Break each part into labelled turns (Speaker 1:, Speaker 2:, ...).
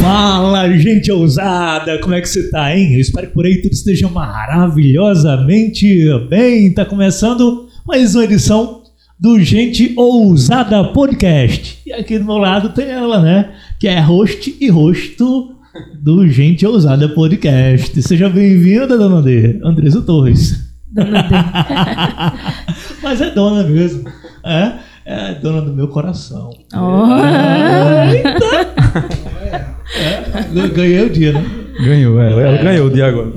Speaker 1: Fala, gente ousada! Como é que você tá, hein? Eu espero que por aí tudo esteja maravilhosamente bem. Tá começando mais uma edição do Gente Ousada Podcast. E aqui do meu lado tem ela, né? Que é host e rosto do Gente Ousada Podcast. Seja bem-vinda, dona André. Andresa Torres.
Speaker 2: Dona D.
Speaker 1: Mas é dona mesmo. É, é dona do meu coração.
Speaker 2: Oh.
Speaker 1: É, ganhei o dia, né?
Speaker 3: Ganhou, é. Ela ganhou o dia agora.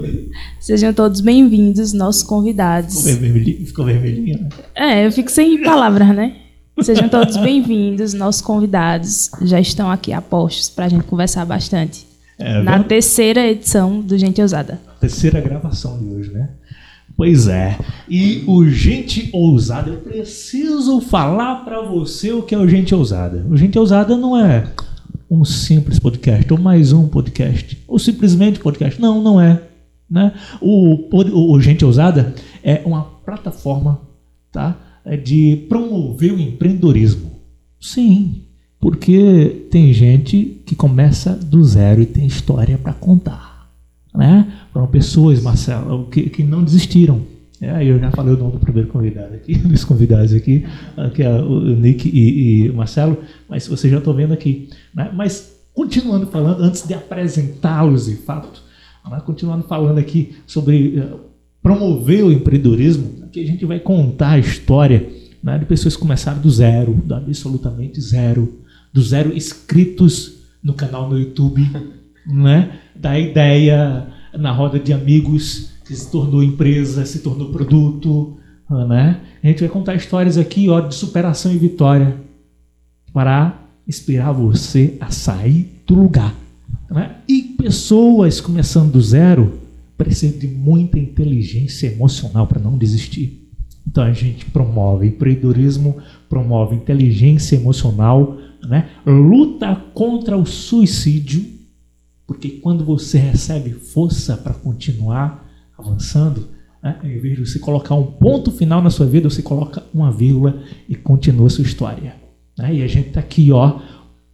Speaker 2: Sejam todos bem-vindos, nossos
Speaker 1: Ficou
Speaker 2: convidados.
Speaker 1: vermelhinho, ficou vermelhinho, né?
Speaker 2: É, eu fico sem palavras, né? Sejam todos bem-vindos, nossos convidados já estão aqui a postos pra gente conversar bastante.
Speaker 1: É,
Speaker 2: na
Speaker 1: vamos-
Speaker 2: terceira edição do Gente Ousada.
Speaker 1: terceira gravação de hoje, né? Pois é. E o Gente Ousada, eu preciso falar pra você o que é o Gente Ousada. O Gente Ousada não é um simples podcast, ou mais um podcast, ou simplesmente podcast. Não, não é. Né? O, pod- o, o Gente Ousada é uma plataforma tá? É de promover o empreendedorismo. Sim, porque tem gente que começa do zero e tem história pra contar né? Foram pessoas, Marcelo, que, que não desistiram. É, eu já falei o nome do primeiro convidado aqui, dos convidados aqui, ah, que é o o Nick e, e o Marcelo, mas vocês já estão vendo aqui. né? Mas continuando falando, antes de apresentá-los de fato, né, continuando falando aqui sobre eh, promover o empreendedorismo, aqui a gente vai contar a história né, de pessoas que começaram do zero, do absolutamente zero, do zero inscritos no canal no YouTube, né? da ideia na roda de amigos que se tornou empresa, se tornou produto, né? A gente vai contar histórias aqui, ó, de superação e vitória para inspirar você a sair do lugar, né? E pessoas começando do zero precisam de muita inteligência emocional para não desistir. Então a gente promove empreendedorismo, promove inteligência emocional, né? Luta contra o suicídio, porque quando você recebe força para continuar avançando, né, em vez de você colocar um ponto final na sua vida, você coloca uma vírgula e continua sua história. né? E a gente está aqui, ó,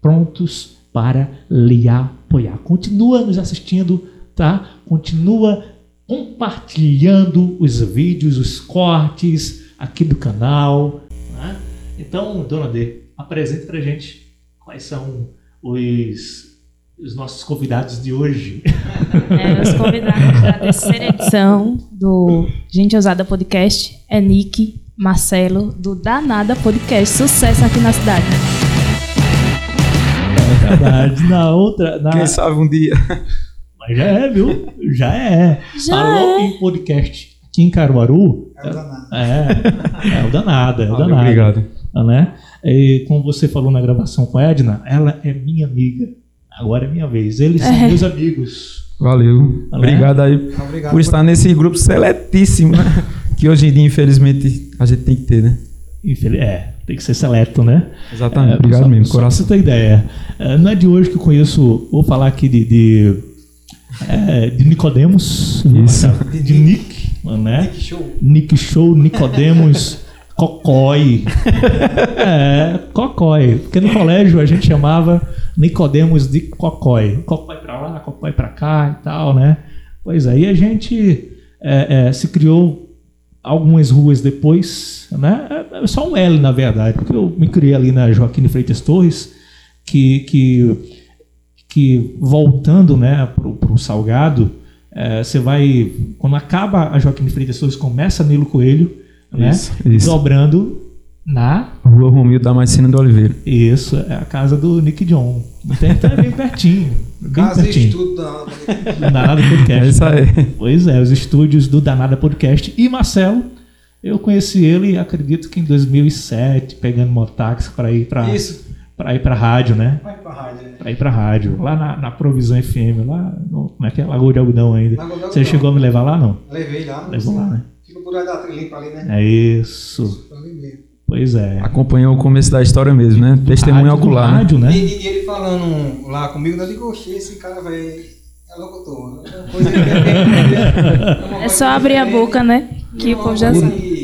Speaker 1: prontos para lhe apoiar. Continua nos assistindo, tá? Continua compartilhando os vídeos, os cortes aqui do canal. né? Então, dona D, apresente pra gente quais são os os nossos convidados de hoje.
Speaker 2: É, nos convidados da terceira edição do Gente Ousada Podcast é Nick Marcelo, do Danada Podcast. Sucesso aqui na cidade.
Speaker 1: na outra. Na...
Speaker 3: Quem sabe um dia.
Speaker 1: Mas já é, viu? Já é.
Speaker 2: Já
Speaker 1: Falou
Speaker 2: é.
Speaker 1: em podcast aqui em Caruaru.
Speaker 4: É o danado.
Speaker 1: É, é o danada, é o danada.
Speaker 3: Obrigado.
Speaker 1: Né? E como você falou na gravação com a Edna, ela é minha amiga. Agora é minha vez. Eles são
Speaker 2: É.
Speaker 1: meus amigos.
Speaker 3: Valeu.
Speaker 1: Tá
Speaker 3: Obrigado aí
Speaker 4: Obrigado
Speaker 3: por estar nesse grupo seletíssimo, né? Que hoje em dia, infelizmente, a gente tem que ter, né?
Speaker 1: Infeliz... É, tem que ser seleto, né?
Speaker 3: Exatamente.
Speaker 1: É,
Speaker 3: Tá, Obrigado
Speaker 1: só-
Speaker 3: mesmo.
Speaker 1: só
Speaker 3: Coração.
Speaker 1: pra você ter ideia. É, não é de hoje que eu conheço, vou falar aqui de. de, é, de Nicodemos.
Speaker 3: Isso.
Speaker 1: De, de Nick, né?
Speaker 4: Nick Show.
Speaker 1: Nick Show, Nicodemos, Cocói. É, Cocói. Porque no colégio a gente chamava Nicodemos de Cocói. Cocói pra lá, Cocói pra cá e tal, né? Pois aí a gente é, é, se criou algumas ruas depois, né? É só um L, na verdade, porque eu me criei ali na Joaquim de Freitas Torres, que, que, que voltando né, pro, pro Salgado, é, você vai. Quando acaba a Joaquim de Freitas Torres, começa Nilo Coelho, né?
Speaker 3: Isso, isso.
Speaker 1: Dobrando na.
Speaker 3: Rua Romildo da Marcina do Oliveira.
Speaker 1: Isso, é a casa do Nick John. Então é bem pertinho. Bem
Speaker 4: Casa e
Speaker 1: pertinho.
Speaker 4: estudo danado.
Speaker 1: Na nada
Speaker 3: É
Speaker 1: podcast.
Speaker 3: isso aí.
Speaker 1: Pois é, os estúdios do Danada Podcast. E Marcelo, eu conheci ele, acredito que em 2007, pegando motáxi para ir para
Speaker 4: Isso.
Speaker 1: para ir para rádio, né?
Speaker 4: Vai pra rádio. né?
Speaker 1: Para ir para rádio, lá na, na Provisão FM, lá no, como é que é? Lagoa de Algodão ainda.
Speaker 4: Lagoa de
Speaker 1: Você
Speaker 4: Algodão.
Speaker 1: chegou a me levar lá não?
Speaker 4: Levei lá.
Speaker 1: Levou lá, né?
Speaker 4: Fica por aí da trilha limpa ali, né?
Speaker 1: É isso.
Speaker 4: Ali mesmo.
Speaker 1: Pois é.
Speaker 3: Acompanhou o começo da história mesmo, né? Testemunho
Speaker 1: Rádio do
Speaker 3: ocular, né?
Speaker 1: Rádio,
Speaker 4: E,
Speaker 1: né?
Speaker 4: e- e ele falando lá comigo, eu digo, oxe, esse cara vai. É locutor. né? Uma coisa que ele- uma
Speaker 2: É
Speaker 4: voz
Speaker 2: só abrir a
Speaker 4: diferente,
Speaker 2: boca, né? Que o
Speaker 4: uma
Speaker 2: povo já
Speaker 4: coisa
Speaker 2: sabe.
Speaker 4: que-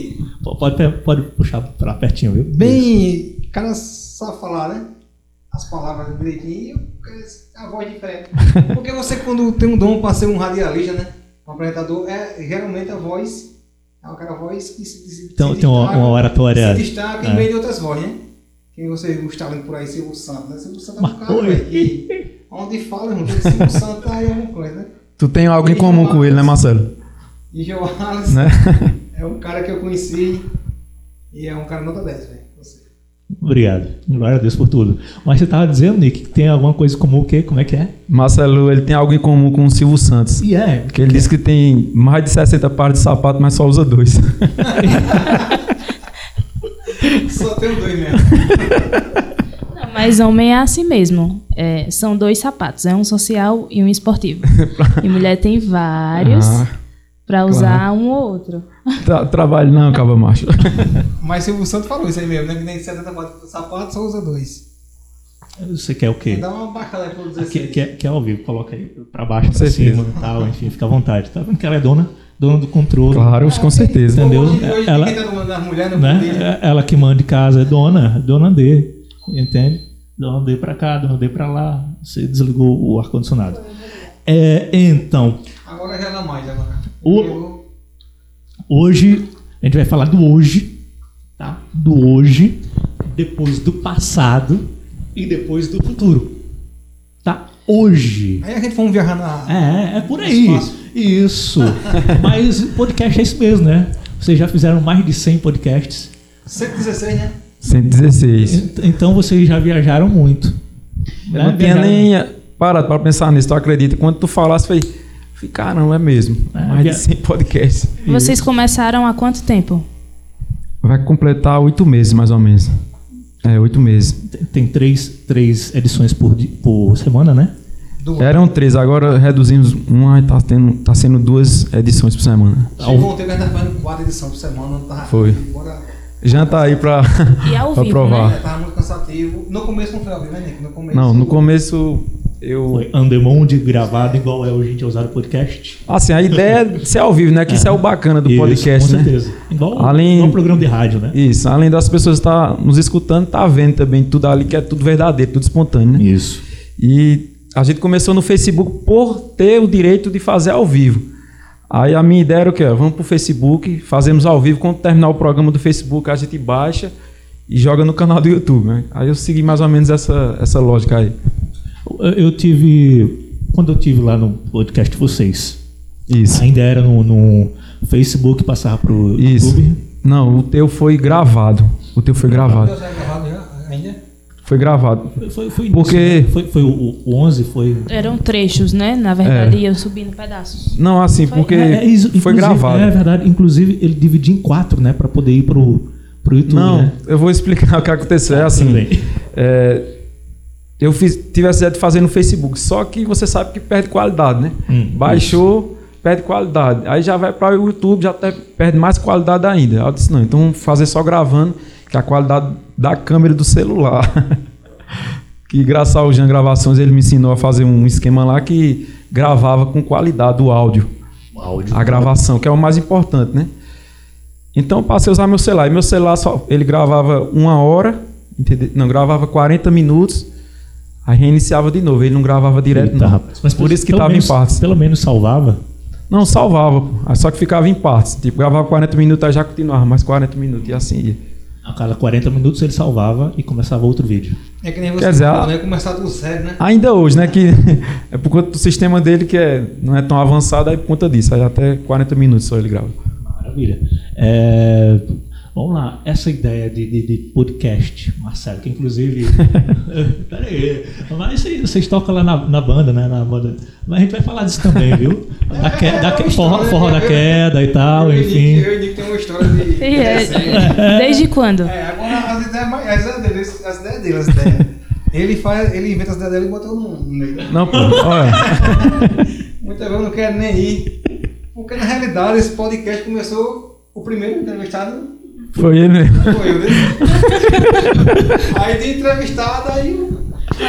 Speaker 1: Pode, pode puxar para pertinho, viu?
Speaker 4: Bem. O cara sabe falar, né? as palavras direitinho e a voz diferente. Porque você, quando tem um dom para ser um radialista, né? Um apresentador, é geralmente a voz. É aquela voz que se, se,
Speaker 1: Então,
Speaker 4: se
Speaker 1: tem uma- uma oratória-
Speaker 4: Se destaca
Speaker 1: é.
Speaker 4: em meio de outras vozes, né? Quem você está vendo por aí, Silvio Santos, né? Silvio Santos é
Speaker 1: Mas
Speaker 4: um cara,
Speaker 1: foi.
Speaker 4: velho, que Onde fala, irmão, Silvio Santos aí é uma coisa, né?
Speaker 3: Tu tem algo em comum com ele, né, Marcelo?
Speaker 4: E Joales
Speaker 3: Né?
Speaker 4: é um cara que eu conheci e é um cara nota 10, velho. Você.
Speaker 1: Obrigado. Glória a Deus por tudo. Mas você tava dizendo, Nick, que tem alguma coisa comum o quê? Como é que é?
Speaker 3: Marcelo, ele tem algo em comum com o Silvio Santos.
Speaker 1: E é.
Speaker 3: Que ele disse que tem mais de 60 pares de sapato, mas só usa dois.
Speaker 4: Só tenho dois né? mesmo.
Speaker 2: Não, mas homem é assim mesmo. É, são dois sapatos, é um social e um esportivo. e mulher tem vários
Speaker 3: Ah,
Speaker 2: pra usar um ou outro.
Speaker 3: tra- trabalho não, Caba Macho.
Speaker 4: Mas Silvio Santos falou isso aí mesmo, né? Que nem 70 sapatos, só usa dois.
Speaker 1: Você quer o quê?
Speaker 4: Dá uma baixada pro
Speaker 1: Quer,
Speaker 4: 16.
Speaker 1: quer, quer é ao vivo, coloca aí pra baixo,
Speaker 3: Com
Speaker 1: pra
Speaker 3: certeza.
Speaker 1: cima e tal, enfim, fica à vontade. Tá vendo que ela é dona, dona do controle.
Speaker 3: Claro, com certeza.
Speaker 1: Entendeu?
Speaker 4: Ah, Hoje, hoje
Speaker 1: Ela-
Speaker 4: ninguém tá no- nas mulheres, não podia.
Speaker 1: né? É- Ela que manda de casa, é dona, é dona D, entende? Dona D pra cá, dona D pra lá. Você desligou o ar-condicionado. É, então,
Speaker 4: Agora já dá mais, agora.
Speaker 1: O-
Speaker 4: Eu-
Speaker 1: hoje, a gente vai falar do hoje, tá? Do hoje, depois do passado e depois do futuro. Tá? Hoje.
Speaker 4: Aí a gente foi viajar na...
Speaker 1: É, é por aí.
Speaker 4: Espaço.
Speaker 1: Isso. Mas podcast é isso mesmo, né? Vocês já fizeram mais de 100 podcasts.
Speaker 4: 116, né?
Speaker 3: 116.
Speaker 1: Ent- Então vocês já viajaram muito. Né?
Speaker 3: Eu
Speaker 1: é
Speaker 3: não tinha nem parado pra pensar nisso, tu acredita? Quando tu falasse, foi. Falei, caramba, é mesmo.
Speaker 1: É,
Speaker 3: Mais
Speaker 1: via-
Speaker 3: de 100 podcasts.
Speaker 2: Vocês começaram há quanto tempo?
Speaker 3: Vai completar oito meses, mais ou menos. É, oito meses.
Speaker 1: Tem- Tem três, três edições por, di- por semana, né?
Speaker 4: Do...
Speaker 3: Eram três, agora reduzimos uma e tá, tendo, tá sendo duas edições por semana.
Speaker 4: Chegou um tempo que a gente tava fazendo quatro edições por semana. tá? Tava...
Speaker 3: Foi.
Speaker 4: Bora...
Speaker 3: Janta tá aí pra,
Speaker 2: E ao
Speaker 3: pra
Speaker 2: vivo,
Speaker 3: provar.
Speaker 2: né?
Speaker 4: é, Tava muito cansativo. No começo não foi ao vivo, né, Nico? No começo...
Speaker 3: Não, no começo eu.
Speaker 1: Foi Andemonde gravado igual é o Gente Ousado Podcast.
Speaker 3: Assim, a ideia é ser ao vivo, né? Que isso é o bacana do
Speaker 1: Isso,
Speaker 3: podcast,
Speaker 1: com
Speaker 3: né?
Speaker 1: certeza. Igual,
Speaker 3: Além-
Speaker 1: igual programa de rádio, né?
Speaker 3: Isso, além das pessoas estar nos escutando, tá vendo também tudo ali que é tudo verdadeiro, tudo espontâneo, né?
Speaker 1: Isso.
Speaker 3: E a gente começou no Facebook por ter o direito de fazer ao vivo. Aí a minha ideia era o quê? Vamos pro Facebook, fazemos ao vivo, quando terminar o programa do Facebook, a gente baixa e joga no canal do YouTube, né? Aí eu segui mais ou menos essa, essa lógica aí.
Speaker 1: Eu- Eu tive. Quando eu tive lá no podcast de vocês,
Speaker 3: Isso.
Speaker 1: ainda era no, no Facebook, passava pro
Speaker 3: Isso.
Speaker 1: YouTube.
Speaker 3: Não, o teu foi gravado. O teu foi gravado.
Speaker 4: Deus, é gravado já? Ainda?
Speaker 3: Foi gravado.
Speaker 1: Foi, foi, foi
Speaker 3: Porque-
Speaker 1: início, né? foi, foi o, o 11, foi.
Speaker 2: Eram trechos, né? Na
Speaker 3: É.
Speaker 2: verdade, iam subindo pedaços.
Speaker 3: Não, assim,
Speaker 2: Foi-
Speaker 3: porque
Speaker 1: É, é isso,
Speaker 3: foi
Speaker 1: inclusive,
Speaker 3: gravado.
Speaker 1: É verdade. Inclusive, ele dividia em quatro, né? Pra poder ir pro, pro YouTube.
Speaker 3: Não,
Speaker 1: né?
Speaker 3: eu vou explicar o que aconteceu. É
Speaker 1: Tudo
Speaker 3: assim.
Speaker 1: bem.
Speaker 3: é, eu fiz, tive essa ideia de fazer no Facebook, só que você sabe que perde qualidade, né?
Speaker 1: Hum,
Speaker 3: Baixou, perde qualidade. Aí já vai para o YouTube, já até perde mais qualidade ainda. Aí eu disse, não, então vamos fazer só gravando, que é a qualidade da câmera do celular. que graças ao Jean Gravações, ele me ensinou a fazer um esquema lá que gravava com qualidade o áudio
Speaker 1: O Um áudio.
Speaker 3: a gravação, que é o mais importante, né? Então eu passei a usar meu celular. E meu celular só, ele gravava uma hora, entendeu? Não, gravava 40 minutos, aí reiniciava de novo. Ele não gravava direto,
Speaker 1: Eita,
Speaker 3: não.
Speaker 1: Tá, rapaz. Mas
Speaker 3: por isso que
Speaker 1: pelo
Speaker 3: tava
Speaker 1: menos-
Speaker 3: em partes.
Speaker 1: Pelo menos salvava.
Speaker 3: Não, salvava, pô. Aí só que ficava em partes. Tipo, gravava 40 minutos, aí já continuava mais 40 minutos, e assim ia.
Speaker 1: A cada 40 minutos ele salvava e começava outro vídeo.
Speaker 4: É que nem você
Speaker 3: Quer dizer,
Speaker 4: falou,
Speaker 3: a-
Speaker 4: né? Começar do zero, né?
Speaker 3: Ainda hoje, né? Que é por conta do sistema dele que é, não é tão avançado, aí por conta disso. Aí até 40 minutos só ele grava.
Speaker 1: Maravilha. É, vamos lá, essa ideia de, de- de podcast, Marcelo, que inclusive. Peraí, mas isso aí, vocês tocam lá na, na banda, né? Na banda. Mas a gente vai falar disso também, viu? Da que,
Speaker 4: É,
Speaker 1: da que- forró, forró da queda e tal,
Speaker 4: né? eu e Nick-
Speaker 1: enfim.
Speaker 4: Eu e Nick tem uma história de... né?
Speaker 2: E é-
Speaker 4: de-
Speaker 2: desde quando?
Speaker 4: É, agora as ideias, mais- as ideias dele, as ideias dele, as ideias. Ele, faz, ele inventa as ideias dele e bota no mundo. né?
Speaker 3: Não, pô, olha.
Speaker 4: Muitas vezes eu não quero nem ir. Porque na realidade esse podcast começou, o primeiro entrevistado
Speaker 3: Foi ele mesmo.
Speaker 4: foi eu, né? Aí de entrevistado, aí o.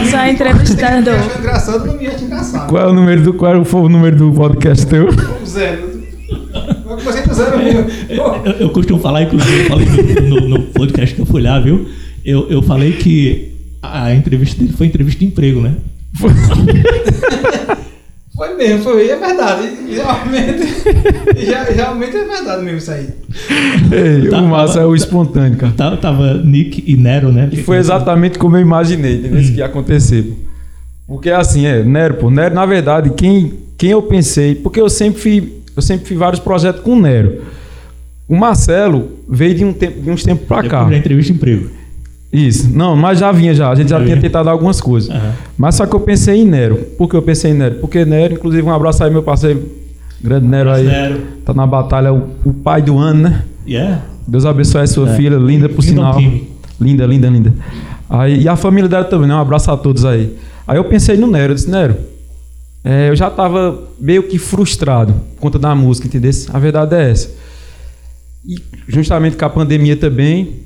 Speaker 2: Só
Speaker 3: tá
Speaker 4: Tem
Speaker 2: entrevistando.
Speaker 4: que achar engraçado, não me acha engraçado.
Speaker 3: Qual é o número do. Qual foi o número do podcast teu?
Speaker 4: Vamos zero. Eu comecei com zero mesmo.
Speaker 1: Eu, eu costumo falar, inclusive, eu falei no, no- no podcast que eu fui lá, viu? Eu, eu falei que A entrevista dele foi entrevista de emprego, né?
Speaker 4: Foi mesmo, foi. É verdade. Realmente, já- realmente é verdade mesmo isso aí.
Speaker 3: Ei,
Speaker 1: Tá,
Speaker 3: o massa
Speaker 1: tá.
Speaker 3: é o espontâneo, cara.
Speaker 1: Tava, Tá, tava Nick e Nero, né?
Speaker 3: E foi exatamente como eu imaginei entendeu? Isso que ia acontecer. pô. Porque assim, é, Nero, pô, Nero, na verdade, quem, quem eu pensei, porque eu sempre fiz, eu sempre fiz vários projetos com o Nero. O Marcelo veio de, um tempo, de uns tempos pra cá.
Speaker 1: Depois da entrevista de emprego.
Speaker 3: Isso. Não, mas já vinha já. A gente já
Speaker 1: Já
Speaker 3: tinha
Speaker 1: vinha.
Speaker 3: tentado algumas coisas.
Speaker 1: Aham.
Speaker 3: Mas só que eu pensei em Nero. Por que eu pensei em Nero? Porque Nero, inclusive, um abraço aí, meu parceiro. Grande Nero aí.
Speaker 1: Nero.
Speaker 3: Tá na batalha, o, o pai do ano, né?
Speaker 1: Yeah.
Speaker 3: Deus abençoe a sua
Speaker 1: É.
Speaker 3: filha, linda por
Speaker 1: Linda
Speaker 3: sinal. Um
Speaker 1: ao time.
Speaker 3: Linda, linda, linda. Aí, e a família dela também, né? Um abraço a todos aí. Aí eu pensei no Nero, eu disse, Nero, é, eu já tava meio que frustrado por conta da música, entendeu? A verdade é essa. E justamente com a pandemia também,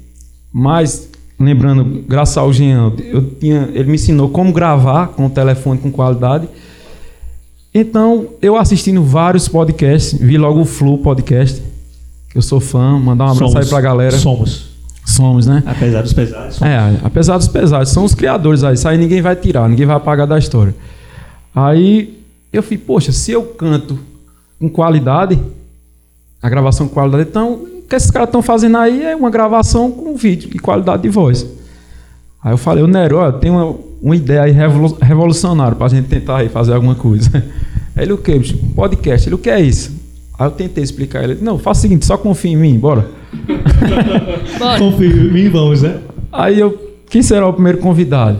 Speaker 3: mas lembrando, graças ao Jean, eu tinha, ele me ensinou como gravar com o telefone com qualidade. Então, eu assistindo vários podcasts, vi logo o Flow Podcast, que eu sou fã, mandar um abraço aí pra galera.
Speaker 1: Somos.
Speaker 3: Somos, né?
Speaker 1: Apesar dos pesares. somos.
Speaker 3: É, apesar dos pesares, são os criadores aí, isso aí ninguém vai tirar, ninguém vai apagar da história. Aí eu fui, poxa, se eu canto com qualidade, a gravação com qualidade, então o que esses caras estão fazendo aí é uma gravação com vídeo e qualidade de voz. Aí eu falei, ô Nero, ó, tem uma, uma ideia aí revolu- revolucionária pra gente tentar aí fazer alguma coisa. Ele, o que, bicho? Podcast. Ele, o que é isso? Aí eu tentei explicar. Ele, não, faz o seguinte, só confia em mim, bora. É.
Speaker 2: Bora.
Speaker 1: Confia em mim, vamos, né?
Speaker 3: Aí eu, quem será o primeiro convidado?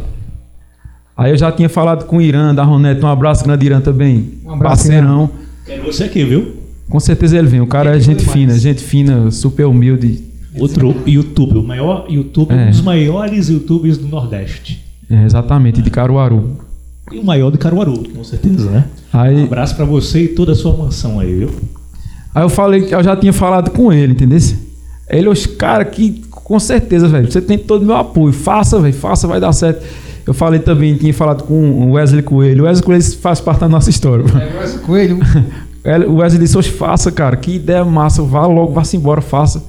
Speaker 3: Aí eu já tinha falado com o Irã, da Ronete, um abraço grande Irã também.
Speaker 4: Um abraço,
Speaker 3: Parceirão.
Speaker 1: Quero você aqui, viu?
Speaker 3: Com certeza ele vem. O cara é
Speaker 4: Gente
Speaker 3: gente
Speaker 4: boa
Speaker 3: fina,
Speaker 4: demais.
Speaker 3: gente fina, super humilde.
Speaker 1: Outro YouTube, o maior YouTube,
Speaker 3: É.
Speaker 1: um dos maiores YouTubers do Nordeste.
Speaker 3: É, exatamente, de Caruaru.
Speaker 1: E o maior de Caruaru, com certeza, né? Um
Speaker 3: Aí,
Speaker 1: abraço pra você e toda a sua mansão aí, viu?
Speaker 3: aí eu falei que eu já tinha falado com ele, entendeu? Ele, os cara que com certeza, velho, você tem todo o meu apoio. Faça, velho, faça, vai dar certo. Eu falei também, tinha falado com o Wesley Coelho. O Wesley Coelho faz parte da nossa história. mano.
Speaker 4: É, mas o coelho.
Speaker 3: Ele- O Wesley disse, "Oxe, faça, cara, que ideia massa, vá logo, vá-se embora, faça.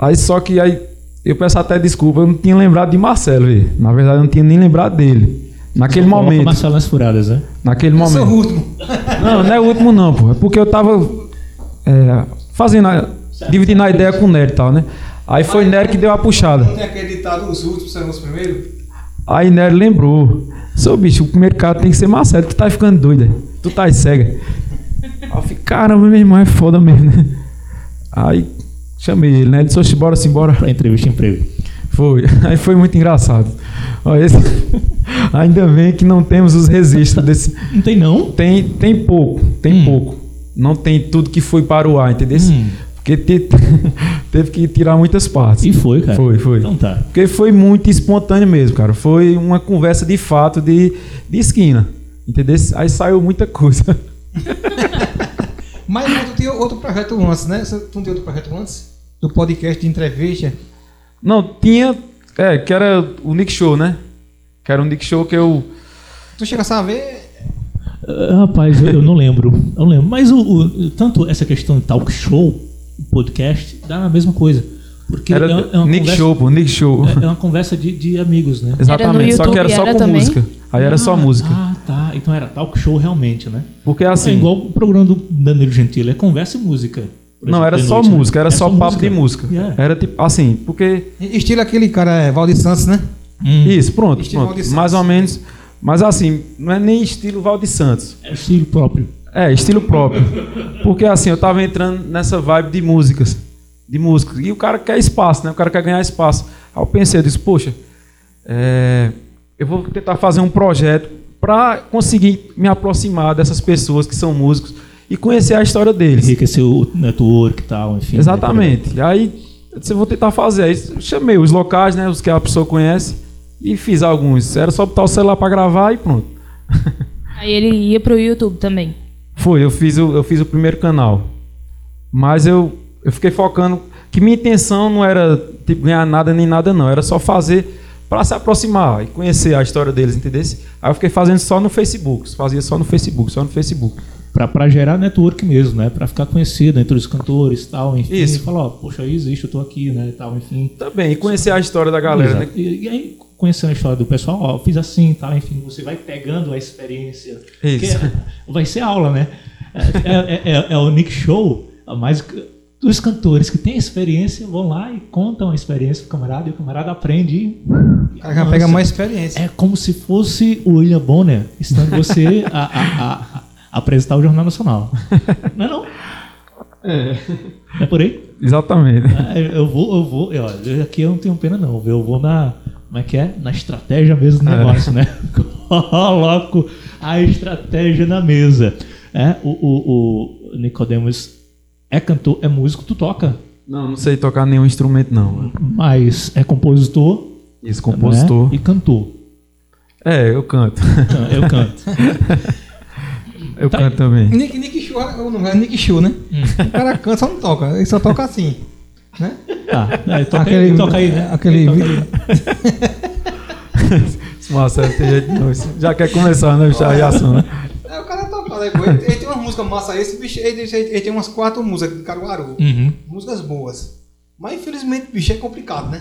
Speaker 3: Aí só que aí eu peço até desculpa, eu não tinha lembrado de Marcelo, velho. Na verdade, eu não tinha nem lembrado dele. Naquele
Speaker 1: Coloca
Speaker 3: momento.
Speaker 1: Marcelo nas furadas, né?
Speaker 3: Naquele
Speaker 4: Eu sou o
Speaker 3: momento.
Speaker 4: último.
Speaker 3: Não, não é o último, não, pô. É porque eu tava é, fazendo. A, dividindo a ideia com o Nery e tal, né? Aí foi Nery que deu a puxada.
Speaker 4: Não tem aquele ditado, os últimos serão os primeiros?
Speaker 3: Aí Nery lembrou. Seu bicho, o primeiro cara tem que ser Marcelo, tu tá ficando doida. Tu tá cega. Aí eu falei, caramba, meu irmão, é foda mesmo, né? Aí chamei ele, né? Ele disse, "Oxe, bora sim, bora.
Speaker 1: Pra entrevista de emprego.
Speaker 3: Foi. Aí foi muito engraçado. Ó, esse- Ainda bem que não temos os registros desse.
Speaker 1: Não tem não?
Speaker 3: Tem, tem pouco, tem
Speaker 1: Hum.
Speaker 3: pouco. Não tem tudo que foi para o ar, entendeu?
Speaker 1: Hum.
Speaker 3: Porque te- teve que tirar muitas partes.
Speaker 1: E foi, cara.
Speaker 3: Foi, foi.
Speaker 1: Então tá.
Speaker 3: Porque foi muito espontâneo mesmo, cara. Foi uma conversa de fato de, de esquina. Entendeu? Aí saiu muita coisa.
Speaker 4: Mas irmão, tu tinha outro projeto antes, né? Você- Tu não tinha outro projeto antes? Do podcast de entrevista?
Speaker 3: Não, tinha. É, que era o Nick Show, né? Que era o Nick Show que eu.
Speaker 4: Tu chega a saber.
Speaker 1: Ah, rapaz, eu, eu não lembro. Eu não lembro. Mas o, o- tanto essa questão de talk show, podcast, dá a mesma coisa. Porque
Speaker 3: era
Speaker 1: é, uma- é uma
Speaker 3: Nick
Speaker 1: conversa,
Speaker 3: Show, pô, Nick Show.
Speaker 1: é- é uma conversa de, de amigos, né?
Speaker 3: Exatamente.
Speaker 2: Era no
Speaker 3: só que era
Speaker 2: YouTube,
Speaker 3: só
Speaker 2: era
Speaker 3: com
Speaker 2: também?
Speaker 3: música. Aí era só
Speaker 1: Ah,
Speaker 3: música.
Speaker 1: Ah, tá. Então era talk show realmente, né?
Speaker 3: Porque
Speaker 1: É
Speaker 3: assim.
Speaker 1: igual o programa do Danilo Gentili, é conversa e música. por
Speaker 3: Não,
Speaker 1: exemplo,
Speaker 3: era
Speaker 1: de
Speaker 3: só
Speaker 1: noite, né?
Speaker 3: música, era
Speaker 1: É
Speaker 3: só papo de música.
Speaker 1: Yeah.
Speaker 3: Era tipo assim, porque.
Speaker 4: Estilo aquele cara, é, Valdir Santos, né?
Speaker 1: Hum,
Speaker 3: É. Isso, pronto,
Speaker 4: Estilo
Speaker 3: pronto.
Speaker 4: Valdir
Speaker 3: Mais
Speaker 4: Santos.
Speaker 3: ou menos. Mas assim, não é nem estilo Valde Santos.
Speaker 1: É estilo próprio.
Speaker 3: É, estilo próprio. Porque assim, eu tava entrando nessa vibe de músicas. De músicas. E o cara quer espaço, né? O cara quer ganhar espaço. Aí eu pensei, eu disse, poxa, é, eu vou tentar fazer um projeto para conseguir me aproximar dessas pessoas que são músicos e conhecer a história deles.
Speaker 1: Enriquecer o network e tal, enfim. né?
Speaker 3: Exatamente. E aí eu disse, eu vou tentar fazer. Aí eu chamei os locais, né? Os que a pessoa conhece. E fiz alguns. Era só botar o celular para gravar e pronto.
Speaker 2: Aí ele ia pro YouTube também.
Speaker 3: Foi, eu fiz o, eu fiz o primeiro canal. Mas eu, eu fiquei focando. Que minha intenção não era tipo, ganhar nada nem nada, não. Era só fazer para se aproximar e conhecer a história deles, entendeu? Aí eu fiquei fazendo só no Facebook. Fazia só no Facebook, só no Facebook.
Speaker 1: Pra, pra gerar network mesmo, né? Pra ficar conhecido entre os cantores e tal, enfim.
Speaker 3: Isso.
Speaker 1: E falar, ó, poxa, existe, eu tô aqui, né? E tal, enfim. é.
Speaker 3: Também, e conhecer a história da galera, né?
Speaker 1: Exato. E, e aí, conhecendo a história do pessoal, ó, fiz assim, tá? enfim, você vai pegando a experiência. Porque
Speaker 3: Isso.
Speaker 1: vai ser aula, né? É, é- é- é o Nick Show, mas os cantores que têm experiência vão lá e contam a experiência pro camarada e o camarada aprende. e-
Speaker 4: O cara já pega mais experiência.
Speaker 1: É como se fosse o William Bonner estando você a, a- a- a apresentar o Jornal Nacional. Não é não? É. É por aí?
Speaker 3: né? Exatamente.
Speaker 1: Ah, eu- Eu vou, eu vou, eu, olha, aqui eu não tenho pena não, viu? eu vou na, como é que é? Na estratégia mesmo do negócio, né? Coloco a estratégia na mesa. É, o, o, o Nicodemus é cantor, é músico, tu toca,
Speaker 3: Não, não sei tocar nenhum instrumento, não.
Speaker 1: mas é compositor, né?
Speaker 3: Isso, compositor.
Speaker 1: e cantor.
Speaker 3: É, eu canto.
Speaker 1: Então, Eu canto.
Speaker 3: Eu
Speaker 1: Tá.
Speaker 3: canto também.
Speaker 4: Nick, Nick Show, é o nome é Nick Show, né?
Speaker 1: Hum.
Speaker 4: O cara canta, só não toca. Ele só toca assim. Né?
Speaker 1: Tá, é, toca, aí, toca aí, né?
Speaker 4: Aquele
Speaker 1: Toca
Speaker 4: vídeo.
Speaker 3: Marcelo, tem jeito não. Isso Já quer começar, né? Já, já são, né?
Speaker 4: É, o cara toca. né? Ele, ele tem uma música massa aí, esse bicho, ele, ele- ele tem umas quatro músicas de Caruaru.
Speaker 1: Uhum.
Speaker 4: Músicas boas. Mas infelizmente, bicho, é complicado, né?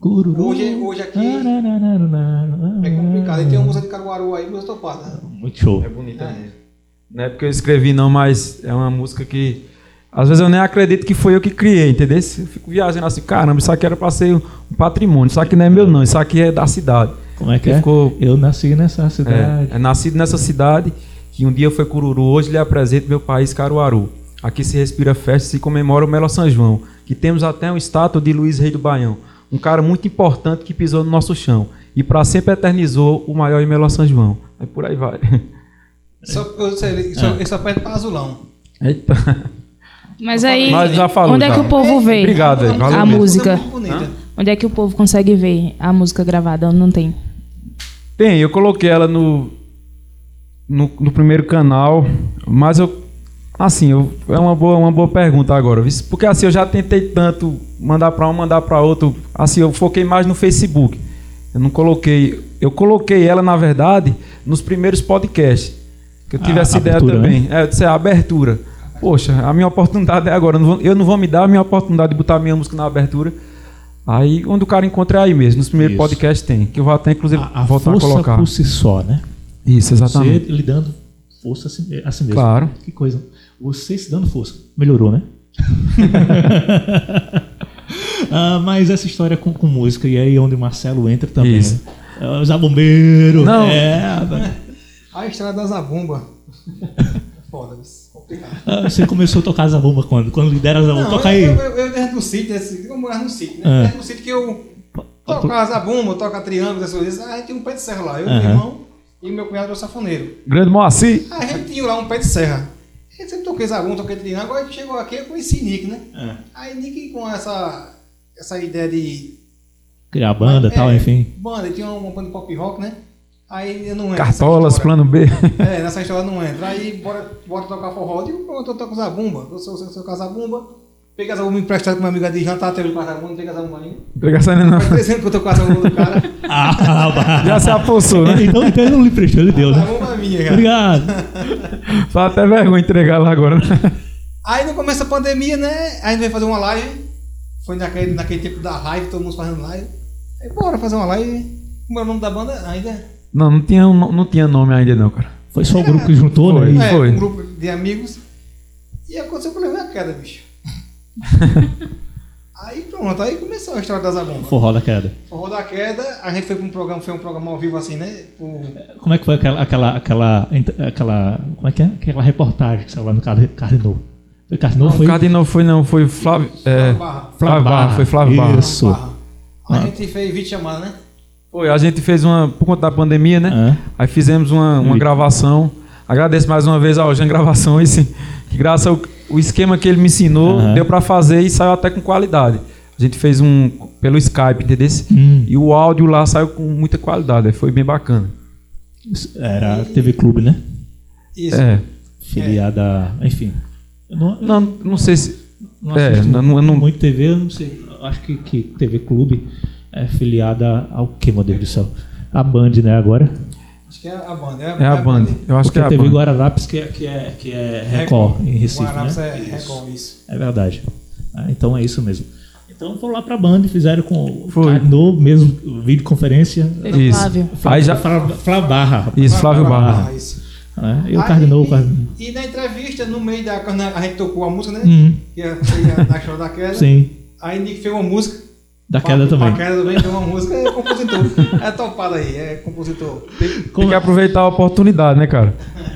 Speaker 1: Cururu.
Speaker 4: Hoje- hoje aqui- É
Speaker 1: É
Speaker 4: complicado. Ele tem uma música de Caruaru aí, mas eu tô parado, né?
Speaker 1: Muito show.
Speaker 3: É bonita mesmo. Não é porque eu escrevi, não, mas é uma música que. Às vezes eu nem acredito que foi eu que criei, entendeu? Eu fico viajando assim, caramba, isso aqui era pra ser um patrimônio, isso aqui não é meu, não, isso aqui é da cidade.
Speaker 1: Como é que
Speaker 3: Ele
Speaker 1: é?
Speaker 3: ficou-
Speaker 1: Eu nasci nessa
Speaker 3: É,
Speaker 1: cidade.
Speaker 3: é nascido nessa cidade, que um dia foi Cururu, hoje lhe apresento meu país Caruaru. Aqui se respira festa e se comemora o Melo São João, que temos até uma estátua de Luiz Rei do Baião, um cara muito importante que pisou no nosso chão e para sempre eternizou o maior em Melo São João. Aí por aí vai.
Speaker 4: Só, eu, sei, é, ele, só, ele só pede pra azulão.
Speaker 3: Eita.
Speaker 2: Mas aí,
Speaker 3: Mas já falou,
Speaker 2: onde é que
Speaker 3: já.
Speaker 2: o povo vê?
Speaker 3: Obrigado,
Speaker 4: É
Speaker 3: aí,
Speaker 4: uma
Speaker 3: valeu
Speaker 2: A
Speaker 3: mesmo.
Speaker 2: música.
Speaker 4: é muito bonita.
Speaker 2: Onde é que o povo consegue ver a música gravada? Não tem.
Speaker 3: Tem, eu coloquei ela no, no, no primeiro canal, mas eu. Assim, eu- é uma boa, uma boa pergunta agora. viu? Porque assim, eu já tentei tanto mandar pra um, mandar pra outro. Assim, eu foquei mais no Facebook. Eu não coloquei. Eu coloquei ela, na verdade, nos primeiros podcasts. Que eu tive
Speaker 1: Ah,
Speaker 3: essa ideia
Speaker 1: abertura,
Speaker 3: também. É, eu disse, é a abertura. Poxa, a minha oportunidade é agora. Eu não vou, eu não vou me dar a minha oportunidade de botar minha música na abertura. Aí, onde o cara encontra é aí mesmo. Nos primeiros
Speaker 1: Isso.
Speaker 3: podcasts tem. Que eu vou até, inclusive,
Speaker 1: A, a
Speaker 3: voltar a
Speaker 1: força
Speaker 3: colocar.
Speaker 1: por si só, né?
Speaker 3: Isso,
Speaker 1: Você
Speaker 3: exatamente.
Speaker 1: lidando força a si, a si mesmo.
Speaker 3: Claro.
Speaker 1: Que coisa. Você se dando força. Melhorou, né? Ah, mas essa história com, com música, e aí onde o Marcelo entra também.
Speaker 3: Isso.
Speaker 1: Né? Ah, Usar bombeiro.
Speaker 3: Não.
Speaker 1: É,
Speaker 4: A estrada da Zabumba. Foda, isso é complicado.
Speaker 1: Ah, você começou a tocar Zabumba quando? Quando lidera Zabumba. Então, Toca aí.
Speaker 4: Eu, eu, eu dentro do sítio, assim, eu morava no sítio, né?
Speaker 1: Ah.
Speaker 4: Dentro do sítio que eu toco a zabumba, toco a triângulo, essas coisas. Aí tinha um pé de serra lá, eu, meu
Speaker 1: Aham.
Speaker 4: irmão e meu cunhado era o safoneiro.
Speaker 3: Grande Moacir.
Speaker 4: Aí a gente tinha lá um pé de serra. Eu sempre toquei zabumba, toquei triângulo, aí chegou aqui eu conheci Nick, né?
Speaker 1: Ah,
Speaker 4: Aí Nick com essa, essa ideia de...
Speaker 1: Criar banda e
Speaker 4: É,
Speaker 1: tal, enfim.
Speaker 4: Banda, tinha uma banda de pop rock, né? Aí eu não entro.
Speaker 3: Cartolas,
Speaker 4: Bora.
Speaker 3: plano B.
Speaker 4: É, nessa história não entra. Aí bora, bora tocar forró. Eu digo, pronto, eu toco zabumba. Eu sou, sou, sou com a zabumba. Peguei a zabumba emprestada com uma amiga de jantar, teve com a zabumba, não peguei a zabumba ainda.
Speaker 3: Pega essa não.
Speaker 4: Faz 300 que eu tô com a zabumba do cara.
Speaker 1: Ah,
Speaker 3: Já se apossou, né?
Speaker 1: então, então ele não lhe prestou, ele deu,
Speaker 4: A
Speaker 1: né?
Speaker 4: zabumba é minha, cara.
Speaker 1: Obrigado.
Speaker 3: Faz Tá até vergonha entregar lá agora. né?
Speaker 4: Aí no começo da pandemia, né? A gente veio fazer uma live. Foi naquele, naquele tempo da live, todo mundo fazendo live. Aí bora fazer uma live. Como é o nome da banda ainda?
Speaker 3: Não, não tinha, um- não tinha nome ainda não, cara.
Speaker 1: Foi só o grupo que juntou, né?
Speaker 4: é,
Speaker 3: foi.
Speaker 4: um grupo de amigos. E aconteceu que eu levei a queda, bicho. aí pronto, aí começou a história da zabumba.
Speaker 1: Forró da queda.
Speaker 4: Forró da Queda, a gente foi pra um programa, foi um programa ao vivo assim, né? Por-
Speaker 1: Como é que foi aquela, aquela, aquela, ent- aquela como é que é? Aquela reportagem que saiu lá no Car- Cardenô? Foi Cardenô?
Speaker 3: Não,
Speaker 1: Foi?
Speaker 3: o Cardi não foi não, foi Flávio... É,
Speaker 4: Flávio Barra.
Speaker 3: Flávio Barra, foi Flávio Barra.
Speaker 1: Isso.
Speaker 4: Barra. A gente fez vídeo chamada, né?
Speaker 3: Foi, a gente fez uma, por conta da pandemia, né?
Speaker 1: Ah.
Speaker 3: Aí fizemos uma, uma
Speaker 1: Ui.
Speaker 3: gravação. Agradeço mais uma vez ao Jean Gravações, que graças ao o esquema que ele me ensinou,
Speaker 1: Aham.
Speaker 3: deu pra fazer e saiu até com qualidade. A gente fez um pelo Skype, entendeu?
Speaker 1: Hum.
Speaker 3: E o áudio lá saiu com muita qualidade, foi bem bacana.
Speaker 1: Isso, Era TV Clube, né?
Speaker 4: Isso.
Speaker 3: É.
Speaker 1: Filiada, enfim. Eu não, eu
Speaker 3: Não, não sei se.
Speaker 1: não
Speaker 3: é,
Speaker 1: assisto
Speaker 3: não, não, não-
Speaker 1: muito TV, eu não sei. Eu Acho que, que TV Clube é filiada ao que, meu Deus do céu? A Band, né, agora?
Speaker 4: Acho que é a banda.
Speaker 3: é a banda. Eu acho
Speaker 1: Porque
Speaker 3: que é a
Speaker 1: a TV
Speaker 3: banda.
Speaker 1: Guararapes que é, que é, que é Record, em Recife,
Speaker 4: Guarapes
Speaker 1: né?
Speaker 4: é Record, isso.
Speaker 1: É verdade. Ah, Então é isso mesmo. Então foram lá pra Band, fizeram com
Speaker 3: Foi.
Speaker 1: no mesmo videoconferência.
Speaker 2: Pelo
Speaker 3: Isso.
Speaker 2: Flávio.
Speaker 3: Aí já-
Speaker 1: Flá- Flá Barra.
Speaker 3: Isso, Flávio
Speaker 4: Vai, vai, vai,
Speaker 3: Barra.
Speaker 4: vai, isso.
Speaker 1: né? Eu
Speaker 4: Ah,
Speaker 1: Cardinou,
Speaker 4: e-
Speaker 1: Cardinou.
Speaker 4: E na entrevista, no meio da. Quando a gente tocou a música, né?
Speaker 1: Hum,
Speaker 4: Que ia- que ia na show da queda.
Speaker 1: sim,
Speaker 4: Aí Nick fez uma música.
Speaker 1: da queda
Speaker 4: Pra- pra
Speaker 1: também.
Speaker 4: queda também fez uma música. É compositor. É topado aí, é compositor. Tem-
Speaker 3: Tem que aproveitar a oportunidade, né, cara?